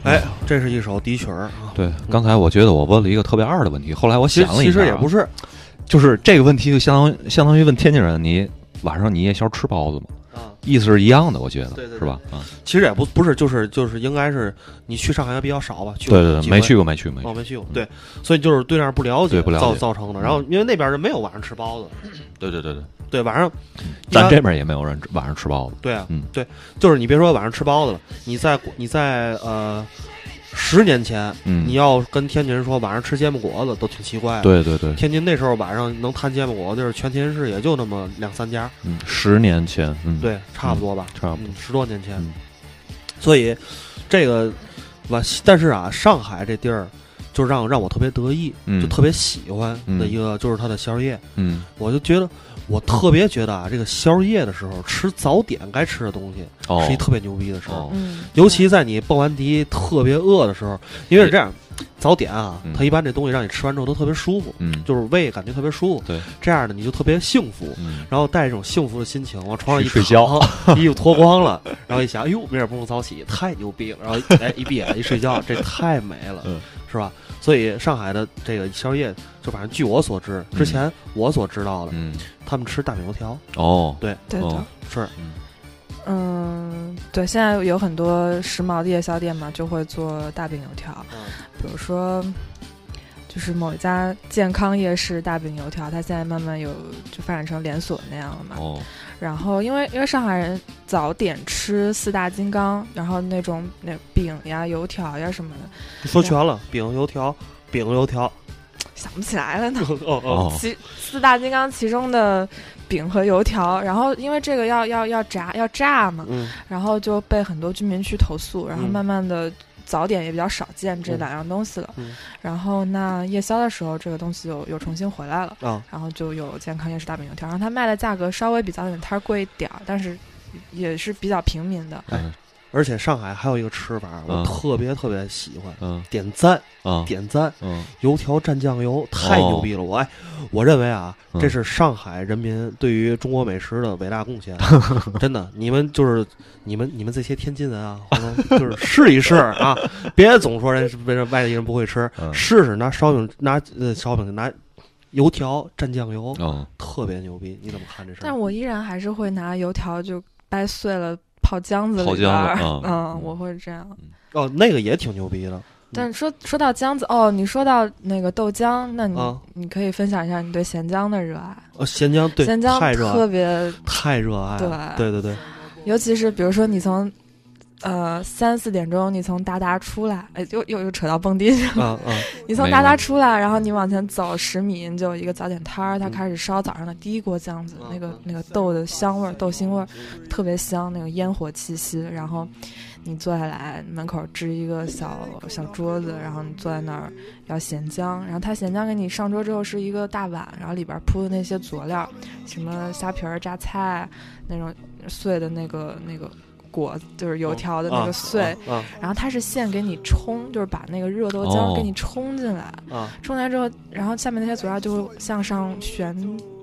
哎，这是一首笛曲儿，啊
对，刚才我觉得我问了一个特别二的问题，后来我
其
想
实
了一
其
下啊，
实也不是，
就是这个问题就相当于相当于问天津人，你晚上你夜宵吃包子吗？
啊，
意思是一样的，我觉得
对对对
是吧？啊，
其实也不不是，就是就是应该是你去上海比较少吧，去
对对
几
对，
回
没去过，没去过没去
哦，
过。
没去过，对，所以就是对那儿不了解，
对不了解嗯
造造成的。然后因为那边人没有晚上吃包子，
对对对对，
对，晚上一般
咱这边也没有人吃晚上吃包子。
对啊，
嗯
对，就是你别说晚上吃包子了，你在你在呃十年前，
嗯
你要跟天津人说晚上吃煎饼果子都挺奇怪的。，
对对对，
天津那时候晚上能摊煎饼果子，就是全天津市也就那么两三家，
嗯，十年前，嗯，，
对，差不多吧，
差不多
嗯，十多年前。
嗯
所以这个吧，但是啊，上海这地儿。就让让我特别得意，
嗯
就特别喜欢的一个，就是它的宵夜。
嗯，
我就觉得，我特别觉得啊，这个宵夜的时候吃早点该吃的东西，
哦，
是一特别牛逼的事儿。
哦，
嗯，
尤其在你蹦完迪特别饿的时候，因为是这样，早点啊，
嗯
它一般这东西让你吃完之后都特别舒服，
嗯，
就是胃感觉特别舒服，
对，
这样呢你就特别幸福。
嗯，
然后带着这种幸福的心情往床上一
去睡
躺， 衣服脱光了，然后一想，哎呦，明儿不用早起，太牛逼了。然后哎，一闭眼一睡 觉，这太美了，
嗯
是吧？所以上海的这个宵夜，就反正据我所知，之前我所知道的，
嗯，
他们吃大饼油条
哦，
对的
哦。
是
嗯，对，现在有很多时髦的夜宵店嘛，就会做大饼油条，
嗯
比如说。就是某一家健康夜市大饼油条，它现在慢慢有就发展成连锁那样了嘛。
哦，
然后因为因为上海人早点吃四大金刚，然后那种那饼呀、油条呀什么的，
说全了，饼油条，饼油条，
想不起来了呢。
哦
哦
其四大金刚其中的饼和油条，然后因为这个要要要炸要炸嘛，
嗯，
然后就被很多居民去投诉，然后
嗯
慢慢的早点也比较少见这
嗯
两样东西了。
嗯
然后那夜宵的时候，这个东西又又重新回来了，
啊，
然后就有健康夜市大饼油条，然后它卖的价格稍微比早点摊儿贵一点儿，但是也是比较平民的。
嗯
而且上海还有一个吃法，我
嗯
特别特别喜欢，
嗯
点赞
啊，
点赞，
嗯
油条蘸酱油，太牛逼了！
哦
我哎，我认为啊，
嗯
这是上海人民对于中国美食的伟大 贡献，真的。你们就是你们你们这些天津人啊，或者就是试一试啊， 别总说人是为什么外地人不会吃，
嗯
试试拿烧饼拿呃烧饼拿油条蘸酱油，
哦，
特别牛逼。你怎么看这事
但
儿？
我依然还是会拿油条就掰碎了泡浆子
泡
里 边儿，
浆 子嗯
嗯，我会这样。
哦，那个也挺牛逼的。
但说说到浆子，哦，你说到那个豆浆，那你、
啊
你可以分享一下你对咸浆的热爱。
呃，咸浆对，
咸浆
太热
特
爱，
别，
太热爱了，对
对
对对，
尤其是比如说你从，呃三四点钟你从达达出来，哎，又又又扯到蹦迪去了。
啊 啊，
你从
没
达达
完
出来，然后你往前走十米，你就有一个早点摊儿，它
嗯
开始烧早上的第一锅浆子，那
嗯
个那个豆的香味儿、豆腥味儿特别香，那个烟火气息。然后你坐下来，门口支一个小小桌子，然后你坐在那儿要咸浆，然后它咸浆给你上桌之后是一个大碗，然后里边儿铺的那些佐料，什么虾皮儿、榨菜那种碎的那个那个。果就是油条的那个碎，
啊啊
然后它是现给你冲，就是把那个热豆浆给
哦
你冲进来，
啊啊
冲完之后，然后下面那些佐料就会向上旋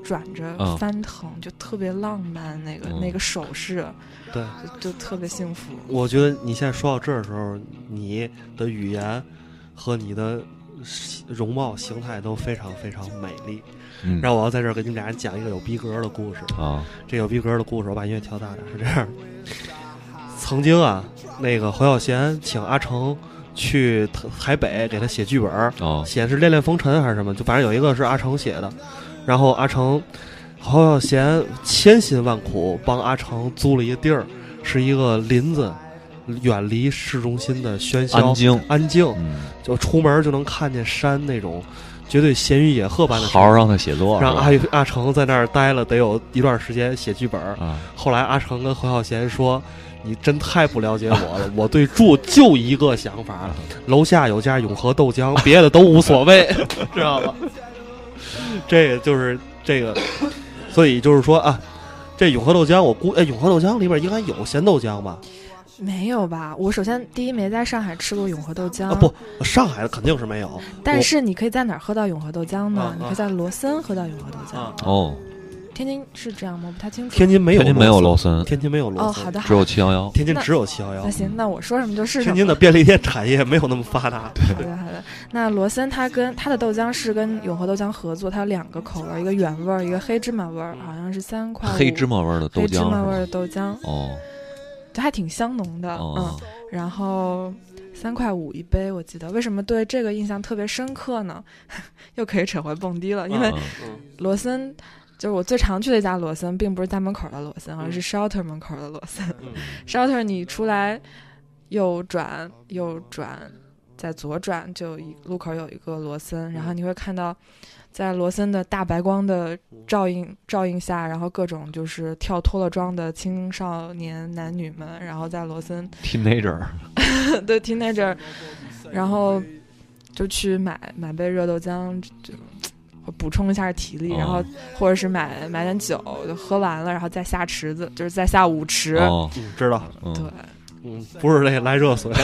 转着
嗯
翻腾，就特别浪漫，那个、
嗯
那个手势
对，
就就特别幸福。
我觉得你现在说到这儿的时候，你的语言和你的容貌形态都非常非常美丽。
嗯
然后我要在这儿给你们俩讲一个有逼格的故事。
啊，
这有逼格的故事，我把音乐调大点，是这样的。曾经啊，那个侯孝贤请阿成去台北给他写剧本儿，
哦，
写是《恋恋风尘》还是什么，就反正有一个是阿成写的。然后阿成，侯孝贤千辛万苦帮阿成租了一个地儿，是一个林子，远离市中心的喧嚣，
安静，
安静
嗯，
就出门就能看见山那种，绝对闲云野鹤般的
好啊好
山。
让他写作，
让阿
是
阿成在那儿待了得有一段时间写剧本儿
吧，啊，
后来阿成跟侯孝贤说：“你真太不了解我了， 我对住就一个想法， 楼下有家永和豆浆，别的都无所谓，知道吧？”这个就是这个，所以就是说啊，这永和豆浆，我估哎，永和豆浆里边应该有咸豆浆吧？
没有吧？我首先第一没在上海吃过永和豆浆，
啊，
哦
不，上海的肯定是没有。
但是你可以在哪儿喝到永和豆浆呢？
啊
你可以在罗森喝到永和豆浆，
啊，
哦，
天津是这样吗？我不太清楚。
天津没有
天津没有
楼
楼森，
天津没有楼
哦，
森
好的，好
只
的
有七幺幺。
天津
那
只有七幺幺
那。行，那我说什么就是什
天
么。
津的便利店产业没有那么发达，
好的好的，那罗森它跟它的豆浆是跟永和豆浆合作，它有两个口味儿，一个原味儿，一个黑芝麻味儿，好像是三块五
黑芝麻味儿的豆
嗯黑芝
浆
麻味儿
是吗？
的豆浆，
哦
就还挺香浓的，
哦，
嗯，然后三块五一杯，我记得。为什么对这个印象特别深刻呢？ 又可以扯回蹦迪了，因为
嗯
罗森。就是我最常去的一家罗森，并不是家门口的罗森，而是 shelter 门口的罗森。shelter 你出来，右转，右转，再左转，就一路口有一个罗森，然后你会看到，在罗森的大白光的照映照映下，然后各种就是跳脱了妆的青少年男女们，然后在罗森
teenager
的 teenager，然后就去买买杯热豆浆，就就补充一下体力，
哦
然后或者是买买点酒，就喝完了，然后再下池子，就是再下舞池。
哦，
嗯，知道，
对
嗯，，
嗯，不是那来热水了，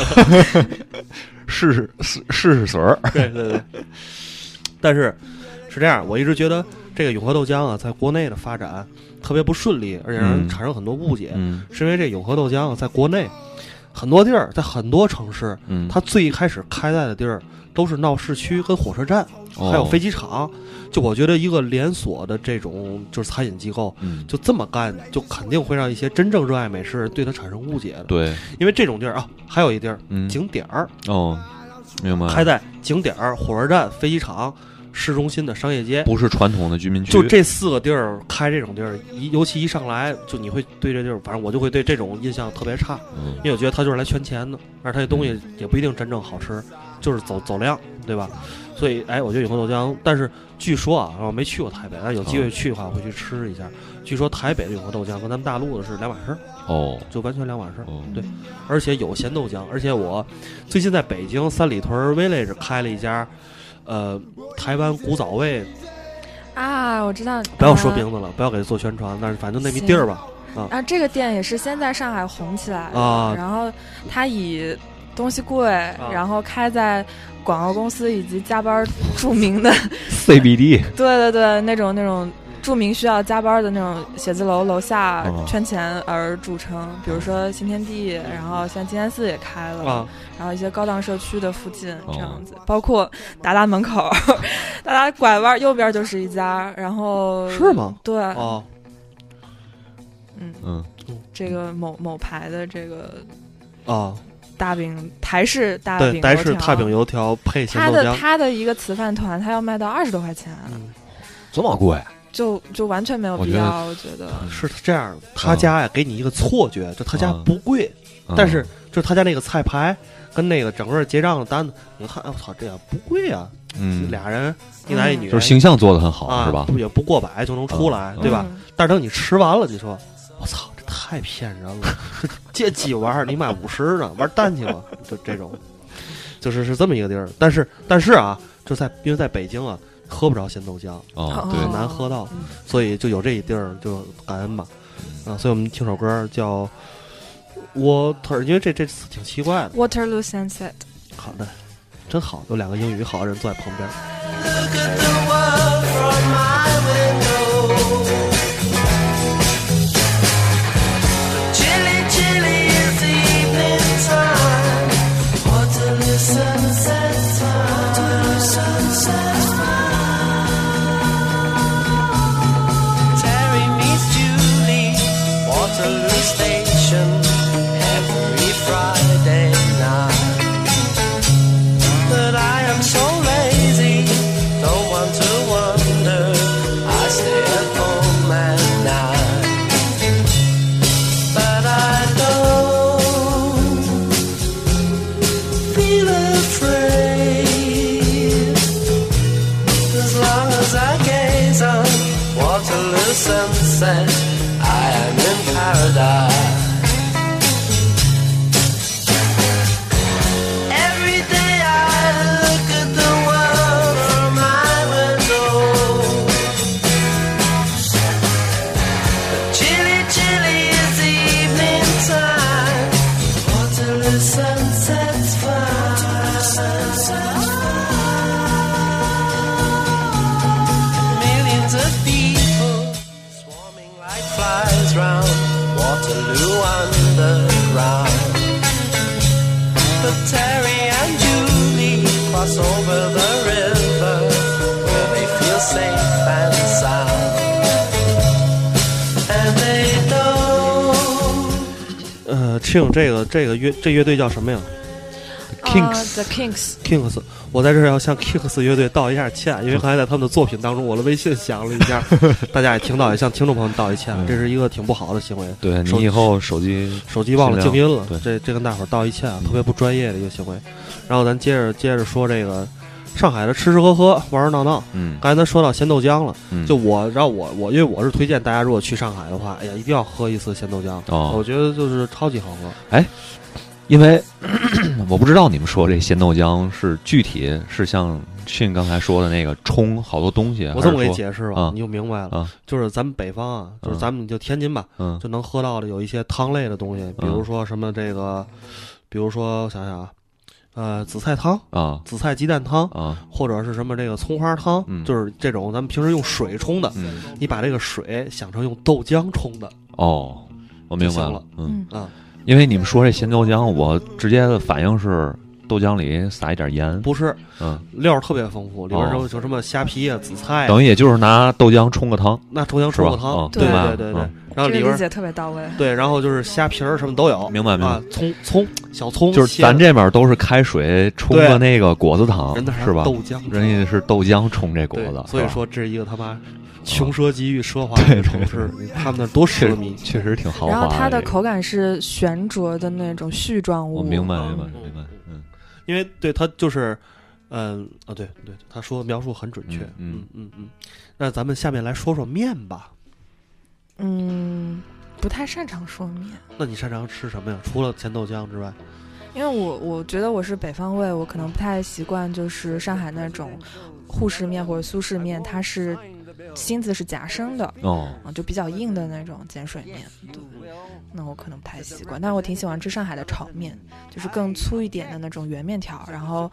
试试试试试水儿，
对对对。 但是是这样，我一直觉得这个永和豆浆啊，在国内的发展特别不顺利，而且让人
嗯
产生很多误解，
嗯
是因为这永和豆浆啊，在国内很多地儿，在很多城市，
嗯，
它最一开始开在的地儿都是闹市区跟火车站，还有飞
机，
机场。就我觉得一个连锁的这种就是餐饮机构。
嗯，
就这么干，就肯定会让一些真正热爱美食的人对它产生误解的。，
对，
因为这种地儿啊，还有一地儿
嗯，
景点儿，
哦，明白，
开在景点儿、火车站、飞机场、市中心的商业街，
不是传统的居民区，
就这四个地儿开这种地儿，一尤其一上来就你会对这地儿，反正我就会对这种印象特别差，
嗯，
因为我觉得它就是来圈钱的，而它这东西也不一定真正好吃，就是走走量，对吧？所以，哎，我觉得永和豆浆，但是据说啊，我没去过台北，但有机
嗯
会去的话，我会去吃一下。据说台北的永和豆浆跟咱们大陆的是两码事儿，
哦
就完全两码事儿。
哦，
对而且有咸豆浆，而且我最近在北京三里屯儿 Village 开了一家，呃，台湾古早味，
啊，我知道。
不要说
啊
名字了，不要给他做宣传，但是反正那么一地儿吧，
啊，这个店也是先在上海红起来的，
啊
然后它以东西贵，然后开在广告公司以及加班儿著名的，
，CBD，
对对对，那种那种著名需要加班儿的那种写字楼楼下
哦
圈钱而著称，比如说新天地，然后像金山寺也开了，
啊，
然后一些高档社区的附近
哦
这样子，包括达达门口，达达拐弯儿右边就是一家，然后
是吗？
对，
哦，
嗯，
嗯，
这个某某牌的这个。
啊，
大饼台式大
对，
饼油条，
台式踏饼油条配咸
它
豆
的
浆，
它的一个瓷饭团，它要卖到二十多块钱，
嗯，
这么贵，
就就完全没有
我
必
觉得
要，我觉得。
啊
嗯
是这样，
啊
他家呀给你一个错觉，就他家不贵，
嗯
但是就他家那个菜牌跟那个整个结账的单子，你看，哎我操，这也不贵啊，
嗯，
俩人一男一女，
就是形象做的很好，
啊，
是吧？
也不过百就能出来，
嗯
对吧？
嗯？
但是等你吃完了，你说我操，这太骗人了， 这这鸡玩意儿你买五十呢，玩蛋去吧， 就这种，就是是这么一个地儿。但是但是啊，就在因为在北京啊，喝不着咸豆浆，
哦，
哦
对
很，难喝到
嗯，
所以就有这一地儿就感恩吧。啊，所以我们听首歌叫。我特因为这这次挺奇怪的，
Waterloo Sunset，
好的，真好，有两个英语好的人坐在旁边。
Chilly, chilly is the evening time. Waterloo sunset time. Waterloo sunset time. Terry meets Julie, Waterloo Station, every Friday night. But I am so lazy, don't want to wander. I stay at home at night. But I don't feel afraid as long as I gaze on Waterloo sunset. I am in paradise. Every day I look at the world from my window. Chilly, chilly is the evening time. Waterloo sunset's fine. Millions of people
cross over the river where they feel safe and sound. And they know
呃，King 这个这个乐这乐队叫什么呀
Kinks
呃 The Kinks，
？Kings。我在这儿要向 Kings 乐队道一下歉，因为刚才在他们的作品当中，我的微信响了一下，大家也听到，也向听众朋友们道一歉，这是一个挺不好的行为。
嗯对
手
你以后手机
手机忘了静音了
尽量，嗯
这这跟大伙儿道一歉啊，特别不专业的一个行为。然后咱接着接着说这个上海的吃吃喝喝、玩玩闹闹。
嗯
刚才咱说到咸豆浆了，
嗯
就我让我我因为我是推荐大家，如果去上海的话，哎呀，一定要喝一次咸豆浆，
哦
我觉得就是超级好喝。
因为 我不知道你们说这咸豆浆是具体是像迅刚才说的那个冲好多东西，
我这么给你
还是说
解释
啊
吧，你就明白了
啊。
就是咱们北方啊，就是
嗯
咱们就天津吧，
嗯
就能喝到的有一些汤类的东西，比如说什么这个，比如说我想想啊，呃，紫菜汤、
啊
紫菜鸡蛋汤，
啊
或者是什么这个葱花汤，
嗯
就是这种咱们平时用水冲的，
嗯
你把这个水想成用豆浆冲的
哦，我明
就
白
行
了
了，
嗯，
啊，
因为你们说这咸豆浆，我直接的反应是豆浆里撒一点盐，
不是
嗯，
料儿特别丰富，里边儿有
哦
有什么虾皮啊、紫菜啊，
等于也就是拿豆浆冲个汤，
那重阳
是
冲
吧
个？汤
哦，
对
明白
对
了
对对
嗯，
然后里
这个理
边儿
解特别到位。
对，然后就是虾皮儿什么都有，
明白明白
啊，葱葱小葱，
就是
蟹
咱这边都是开水冲个
对
那个果子汤
人那还
是吧
豆？浆，
人家是豆浆冲这果
对
子，，
所以
是吧啊
说这是一个他妈穷奢极欲、奢华的城市，他们那儿多奢靡。
确实挺豪华
然
的。
后它的
这个
口感是悬浊的那种絮状物，
我明白，明
嗯
白，明白，嗯
因为对他就是，嗯啊，对对，他说的描述很准确，
嗯
嗯嗯嗯。那咱们下面来说说面吧。
嗯，不太擅长说面，
那你擅长吃什么呀？除了甜豆浆之外，
因为我我觉得我是北方胃，我可能不太习惯，就是上海那种沪式面或者苏式面，它是芯子是夹生的，
哦，
啊，就比较硬的那种碱水面。对，那我可能不太习惯，但是我挺喜欢吃上海的炒面，就是更粗一点的那种圆面条，然后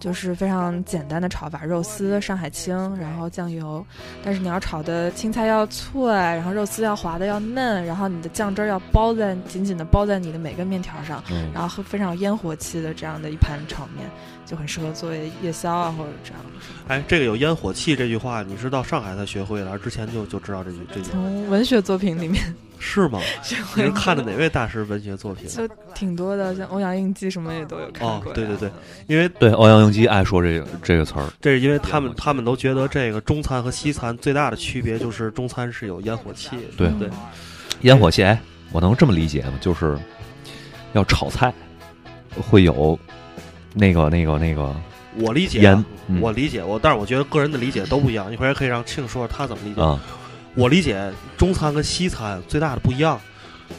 就是非常简单的炒法，肉丝、上海青，然后酱油。但是你要炒的青菜要脆，然后肉丝要滑的要嫩，然后你的酱汁儿要包在紧紧的包在你的每个面条上，
嗯
然后会非常有烟火气的这样的一盘炒面，就很适合做夜宵啊或者这样。
哎，这个有烟火气这句话，你是到上海才学会的，而之前就就知道这句这句
从文学作品里面
是 吗？
学
你
会
是
的
看的哪位大师文学作品？
就挺多的，像欧阳应季什么也都有看
哦
过呀、
对对对因为
对，欧阳应基爱说这个这个词儿，
这是因为他们他们都觉得这个中餐和西餐最大的区别就是中餐是有烟火气的，
对
对，
烟
嗯
火气，哎，我能这么理解吗？就是要炒菜，会有那个那个那个，
我理解
烟
啊，
嗯
我理解我，但是我觉得个人的理解都不一样。一会儿也可以让庆说说他怎么理解。
啊，
我理解中餐跟西餐最大的不一样，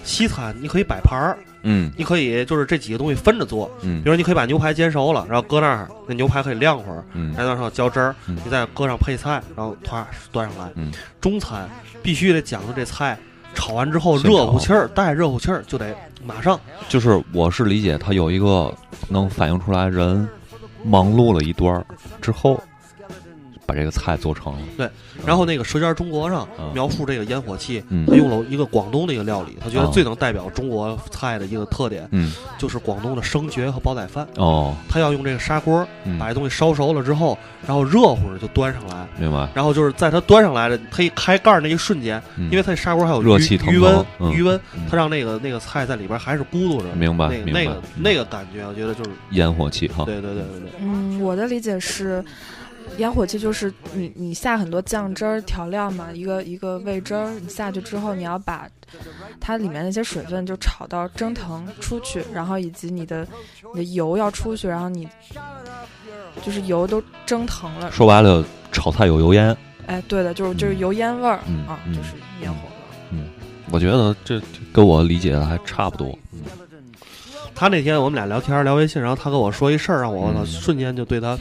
西餐你可以摆盘儿，
嗯
你可以就是这几个东西分着做，比
嗯
如你可以把牛排煎熟了，然后搁那儿，那牛排可以晾会儿，
嗯
再往上浇汁儿，
嗯
你再搁上配菜，然后歘端上来。
嗯
中餐必须得讲究这菜炒完之后
先炒啊
热乎气儿，带热乎气儿就得马上。
就是我是理解他有一个能反映出来人忙碌了一段儿之后，把这个菜做成了，
对，然后那个《舌尖中国》上
嗯
描述这个烟火气，
嗯
他用了一个广东的一个料理，他觉得
哦
最能代表中国菜的一个特点
嗯
就是广东的生蕨和煲仔饭。
哦，
他要用这个砂锅
嗯
把，这东西烧熟了之后，然后热乎着就端上来。
明白，
然后就是在它端上来的，它一开盖儿那一瞬间，
嗯
因为它砂锅还有
热
余
气腾腾
余温，
嗯
余温
嗯，
它让那个那个菜在里边还是咕嘟着，
明白
那个
明
那
白嗯啊
个，那个感觉，我觉得就是
烟火气哈，
对对对对对，
嗯，我的理解是，烟火气就是你你下很多酱汁儿调料嘛，一个一个味汁儿，你下去之后，你要把它里面那些水分就炒到蒸腾出去，然后以及你的你的油要出去，然后你就是油都蒸腾了，
说白了，炒菜有油烟。
哎，对的，就是就是油烟味儿、
嗯
啊，
嗯
就是烟火味儿。
我觉得这这跟我理解的还差不多。
他那天我们俩聊天聊微信，然后他跟我说一事儿，让我我操
嗯
瞬间就对他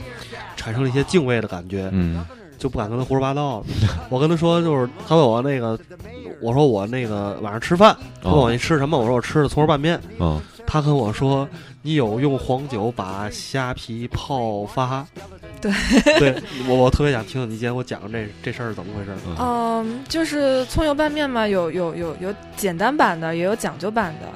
产生了一些敬畏的感觉，
嗯
就不敢跟他胡说八道了。 我跟他说，就是他问我那个，我说我那个晚上吃饭，他问我
哦
你吃什么，我说我吃的葱油拌面。
嗯，
他跟我说，你有用黄酒把虾皮泡发。
对，
对我我特别想听你今天给我讲讲这这事儿是怎么回事。
嗯
嗯，就是葱油拌面嘛，有有有有简单版的，也有讲究版的。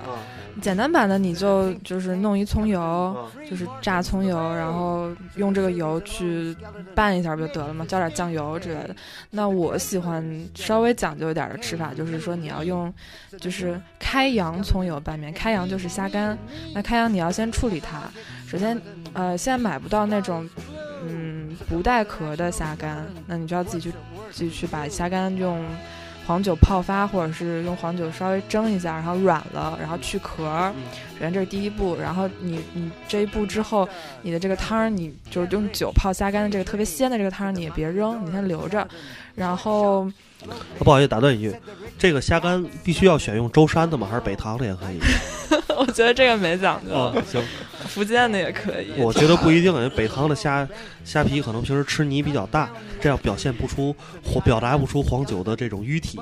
简单版的你就就是弄一葱油，就是榨葱油，然后用这个油去拌一下不就得了吗？浇点酱油之类的。那我喜欢稍微讲究一点的吃法，就是说你要用，就是开洋葱油拌面。开洋就是虾干，那开洋你要先处理它。首先，呃，现在买不到那种，嗯，不带壳的虾干，那你就要自己去自己去把虾干用黄酒泡发，或者是用黄酒稍微蒸一下，然后软了，然后去壳儿。首先这是第一步，然后你你这一步之后，你的这个汤儿，你就是用酒泡虾干的这个特别鲜的这个汤儿，你也别扔，你先留着。然后
啊不好意思，打断一句，这个虾干必须要选用舟山的吗？还是北塘的也可以？
我觉得这个没讲究，
啊，行，
福建的也可以。
我觉得不一定，因为北塘的虾虾皮可能平时吃泥比较大，这样表现不出或表达不出黄酒的这种淤体。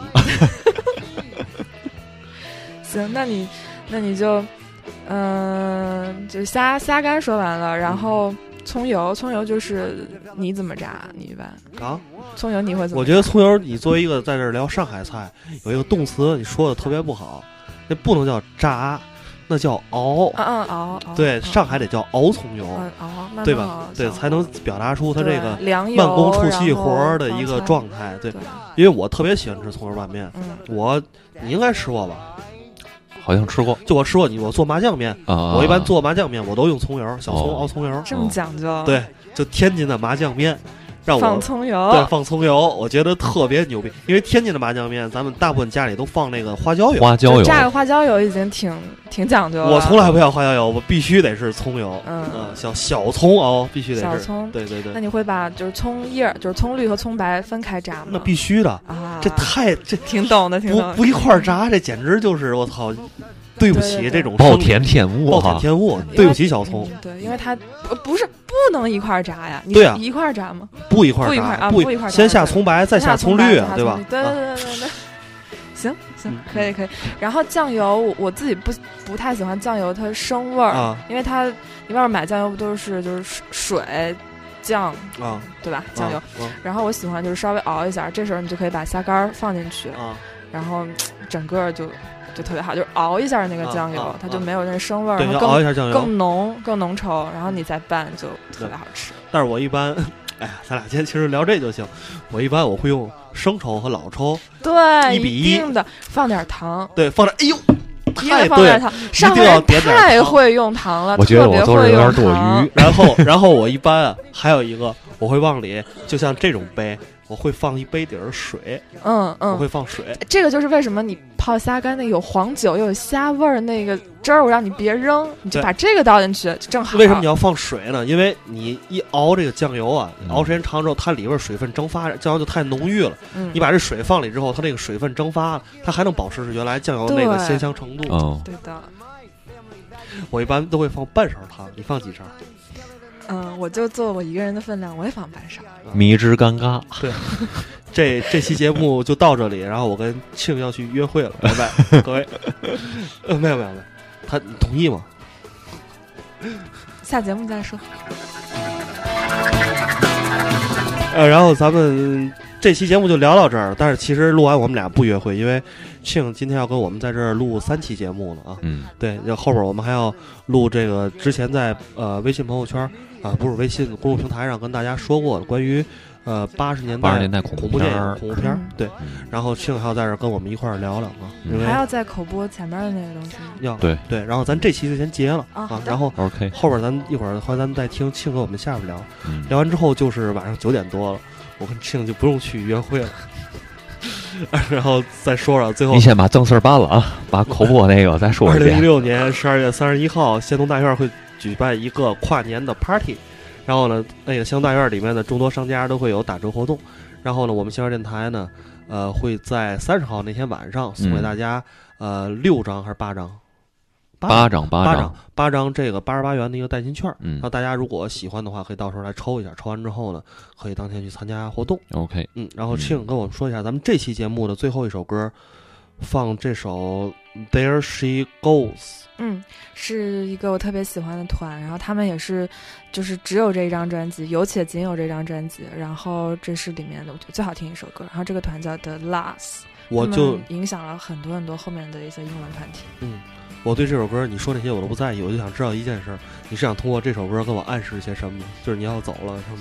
行，那你那你就，嗯、就虾虾干说完了，然后葱油，葱油就是你怎么炸？你一般
啊，
葱油你会怎么
我
炸？
觉得葱油，你作为一个在这儿聊上海菜，有一个动词你说的特别不好，那不能叫炸，那叫熬。
嗯嗯熬熬
对，
嗯
上海得叫熬葱油，
嗯熬慢慢
对
熬
吧？对，
行
才能表达出它这个
对凉油
慢工出细
然后
活儿的
放
一个
葱
状态。对，
对，
因为我特别喜欢吃葱油拌面，
嗯
我你应该吃过吧？
好像吃过
就我吃过你，我做麻酱面，
啊。
我一般做麻酱面我都用葱油，小葱
哦
熬葱油。
这么讲究，，
嗯对，就天津的麻酱面，让我
放葱油，
对，放葱油，我觉得特别牛逼。因为天津的麻酱面，咱们大部分家里都放那个花椒油，
花椒
就
油，
炸个花椒油已经挺挺讲究了。
我从来不要花椒油，我必须得是葱油。
嗯
小小葱哦，必须得是
小葱
对对对
那，你会把就是葱叶儿，就是葱绿和葱白分开炸吗？
那必须的，
啊，
这太这
挺懂的，挺
不
懂的。
不一块儿炸，这简直就是我操，对不
对
起
对对
这种
暴
生意
殄天物
暴殄
哈。
天物，
因为
对不起小葱，
嗯对，因为它不不是不能一块儿炸呀，你
对啊
一块儿炸吗？
不一块
不
儿
一块儿
炸，
啊
不
不一块儿炸
先下葱白，再
下
葱
白
绿
再下，
对吧
葱绿？对
啊
对对对对。 行行
嗯，
可以可以。然后酱油，我我自己不不太喜欢酱油，它生味儿，
啊
因为它你外面买酱油不都是就是水水酱
啊，
对吧？酱油。
啊
然后我喜欢就是稍微熬一下，这时候你就可以把虾干儿放进去，
啊
然后整个就就特别好，就是熬一下那个
啊
酱油，
啊
它就
啊
没有那生味
啊，
儿，
对，
然
要
后
熬
更
一下酱油，嗯
更浓更浓稠，然后你再拌就特别好吃。
但是我一般， 哎呀，咱俩今天其实聊这就行。我一般我会用生抽和老抽，
对，
一比一
定的，放点糖，
对，放点，哎呦，
一定
太
放点
对，
糖。
一
上
定
海
要
人
点点
太
糖
会用糖了，
我觉得
特别
我做人
会
有点
用
多
糖
余。
然后， 然后我一般啊，还有一个，我会往里，就像这种杯，我会放一杯底儿水，
嗯
我会
嗯，
放水。
这个就是为什么你泡虾干那有黄酒又有虾味儿那个汁儿，我让你别扔，你就
对
把这个倒进去，就正好。
为什么你要放水呢？因为你一熬这个酱油啊，
嗯
熬时间长之后，它里边水分蒸发，酱油就太浓郁了。
嗯
你把这水放里之后，它这个水分蒸发了，它还能保持是原来酱油那个
对
鲜香程度。
嗯，
对的，
我一般都会放半勺糖，你放几勺？
嗯，我就做我一个人的分量，我也放半勺。
迷之尴尬，
这这期节目就到这里，然后我跟庆要去约会了，拜拜， 各位。呃，没有没有没有，他你同意吗？
下节目再说。
呃，然后咱们这期节目就聊到这儿，但是其实录完我们俩不约会，因为庆今天要跟我们在这儿录三期节目呢啊。
嗯，
对，要后边我们还要录这个之前在呃微信朋友圈啊、不是微信公众平台上跟大家说过的关于呃八十年
八十年
代
代恐
恐
怖
怖
片
电影、
儿，
恐怖片儿
嗯，
对。
嗯
然后庆还要在这儿跟我们一块儿聊聊啊，因为
还要再口播前面的那个东西吗？
要
对
对，然后咱这期就先结了
啊好
啊，
的
然后
OK，
后边咱一会儿回来咱们再听庆和我们下边聊，
嗯
聊完之后就是晚上九点多了，我跟庆就不用去约会了。 然后再说说最后
你，先把正事儿办了啊，把口播那个再说
二
一
零一
遍。
六年十二月三十一号，仙东大院会举办一个跨年的 party，然后呢，那个仙东大院里面的众多商家都会有打折活动，然后呢，我们仙儿电台呢，呃，会在三十号那天晚上送给
嗯
大家、呃六张还是八张？
巴掌巴
八
掌，
八张这个八十八元的一个代金券儿。
嗯
那大家如果喜欢的话，可以到时候来抽一下，抽完之后呢，可以当天去参加活动。
，OK，
嗯，然后
嗯
Ching 跟我们说一下，咱们这期节目的最后一首歌，放这首《There She Goes》。
嗯，是一个我特别喜欢的团，然后他们也是，就是只有这一张专辑，有且仅有这张专辑，然后这是里面的我觉得最好听一首歌，然后这个团叫 The Last，
我
他们
就
影响了很多很多后面的一些英文团体。
嗯，我对这首歌，你说那些我都不在意，我就想知道一件事儿，你是想通过这首歌跟我暗示一些什么？就是你要走了什么？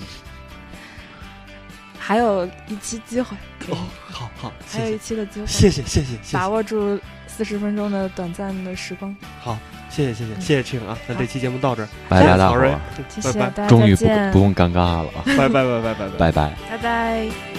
还有一期机会，
哦， 好好，
还有一
谢
期的机会，
谢，谢谢谢谢谢谢，
哎把握住四十分钟的短暂的时光。
好，谢谢谢谢谢谢庆啊，那这期节目到这儿，
拜拜，大伙
Sorry，
儿，
谢谢
嗯拜
大家，
终于
再
不
见，
不用尴尬了啊，
拜拜拜拜拜拜拜。
拜拜。
拜拜。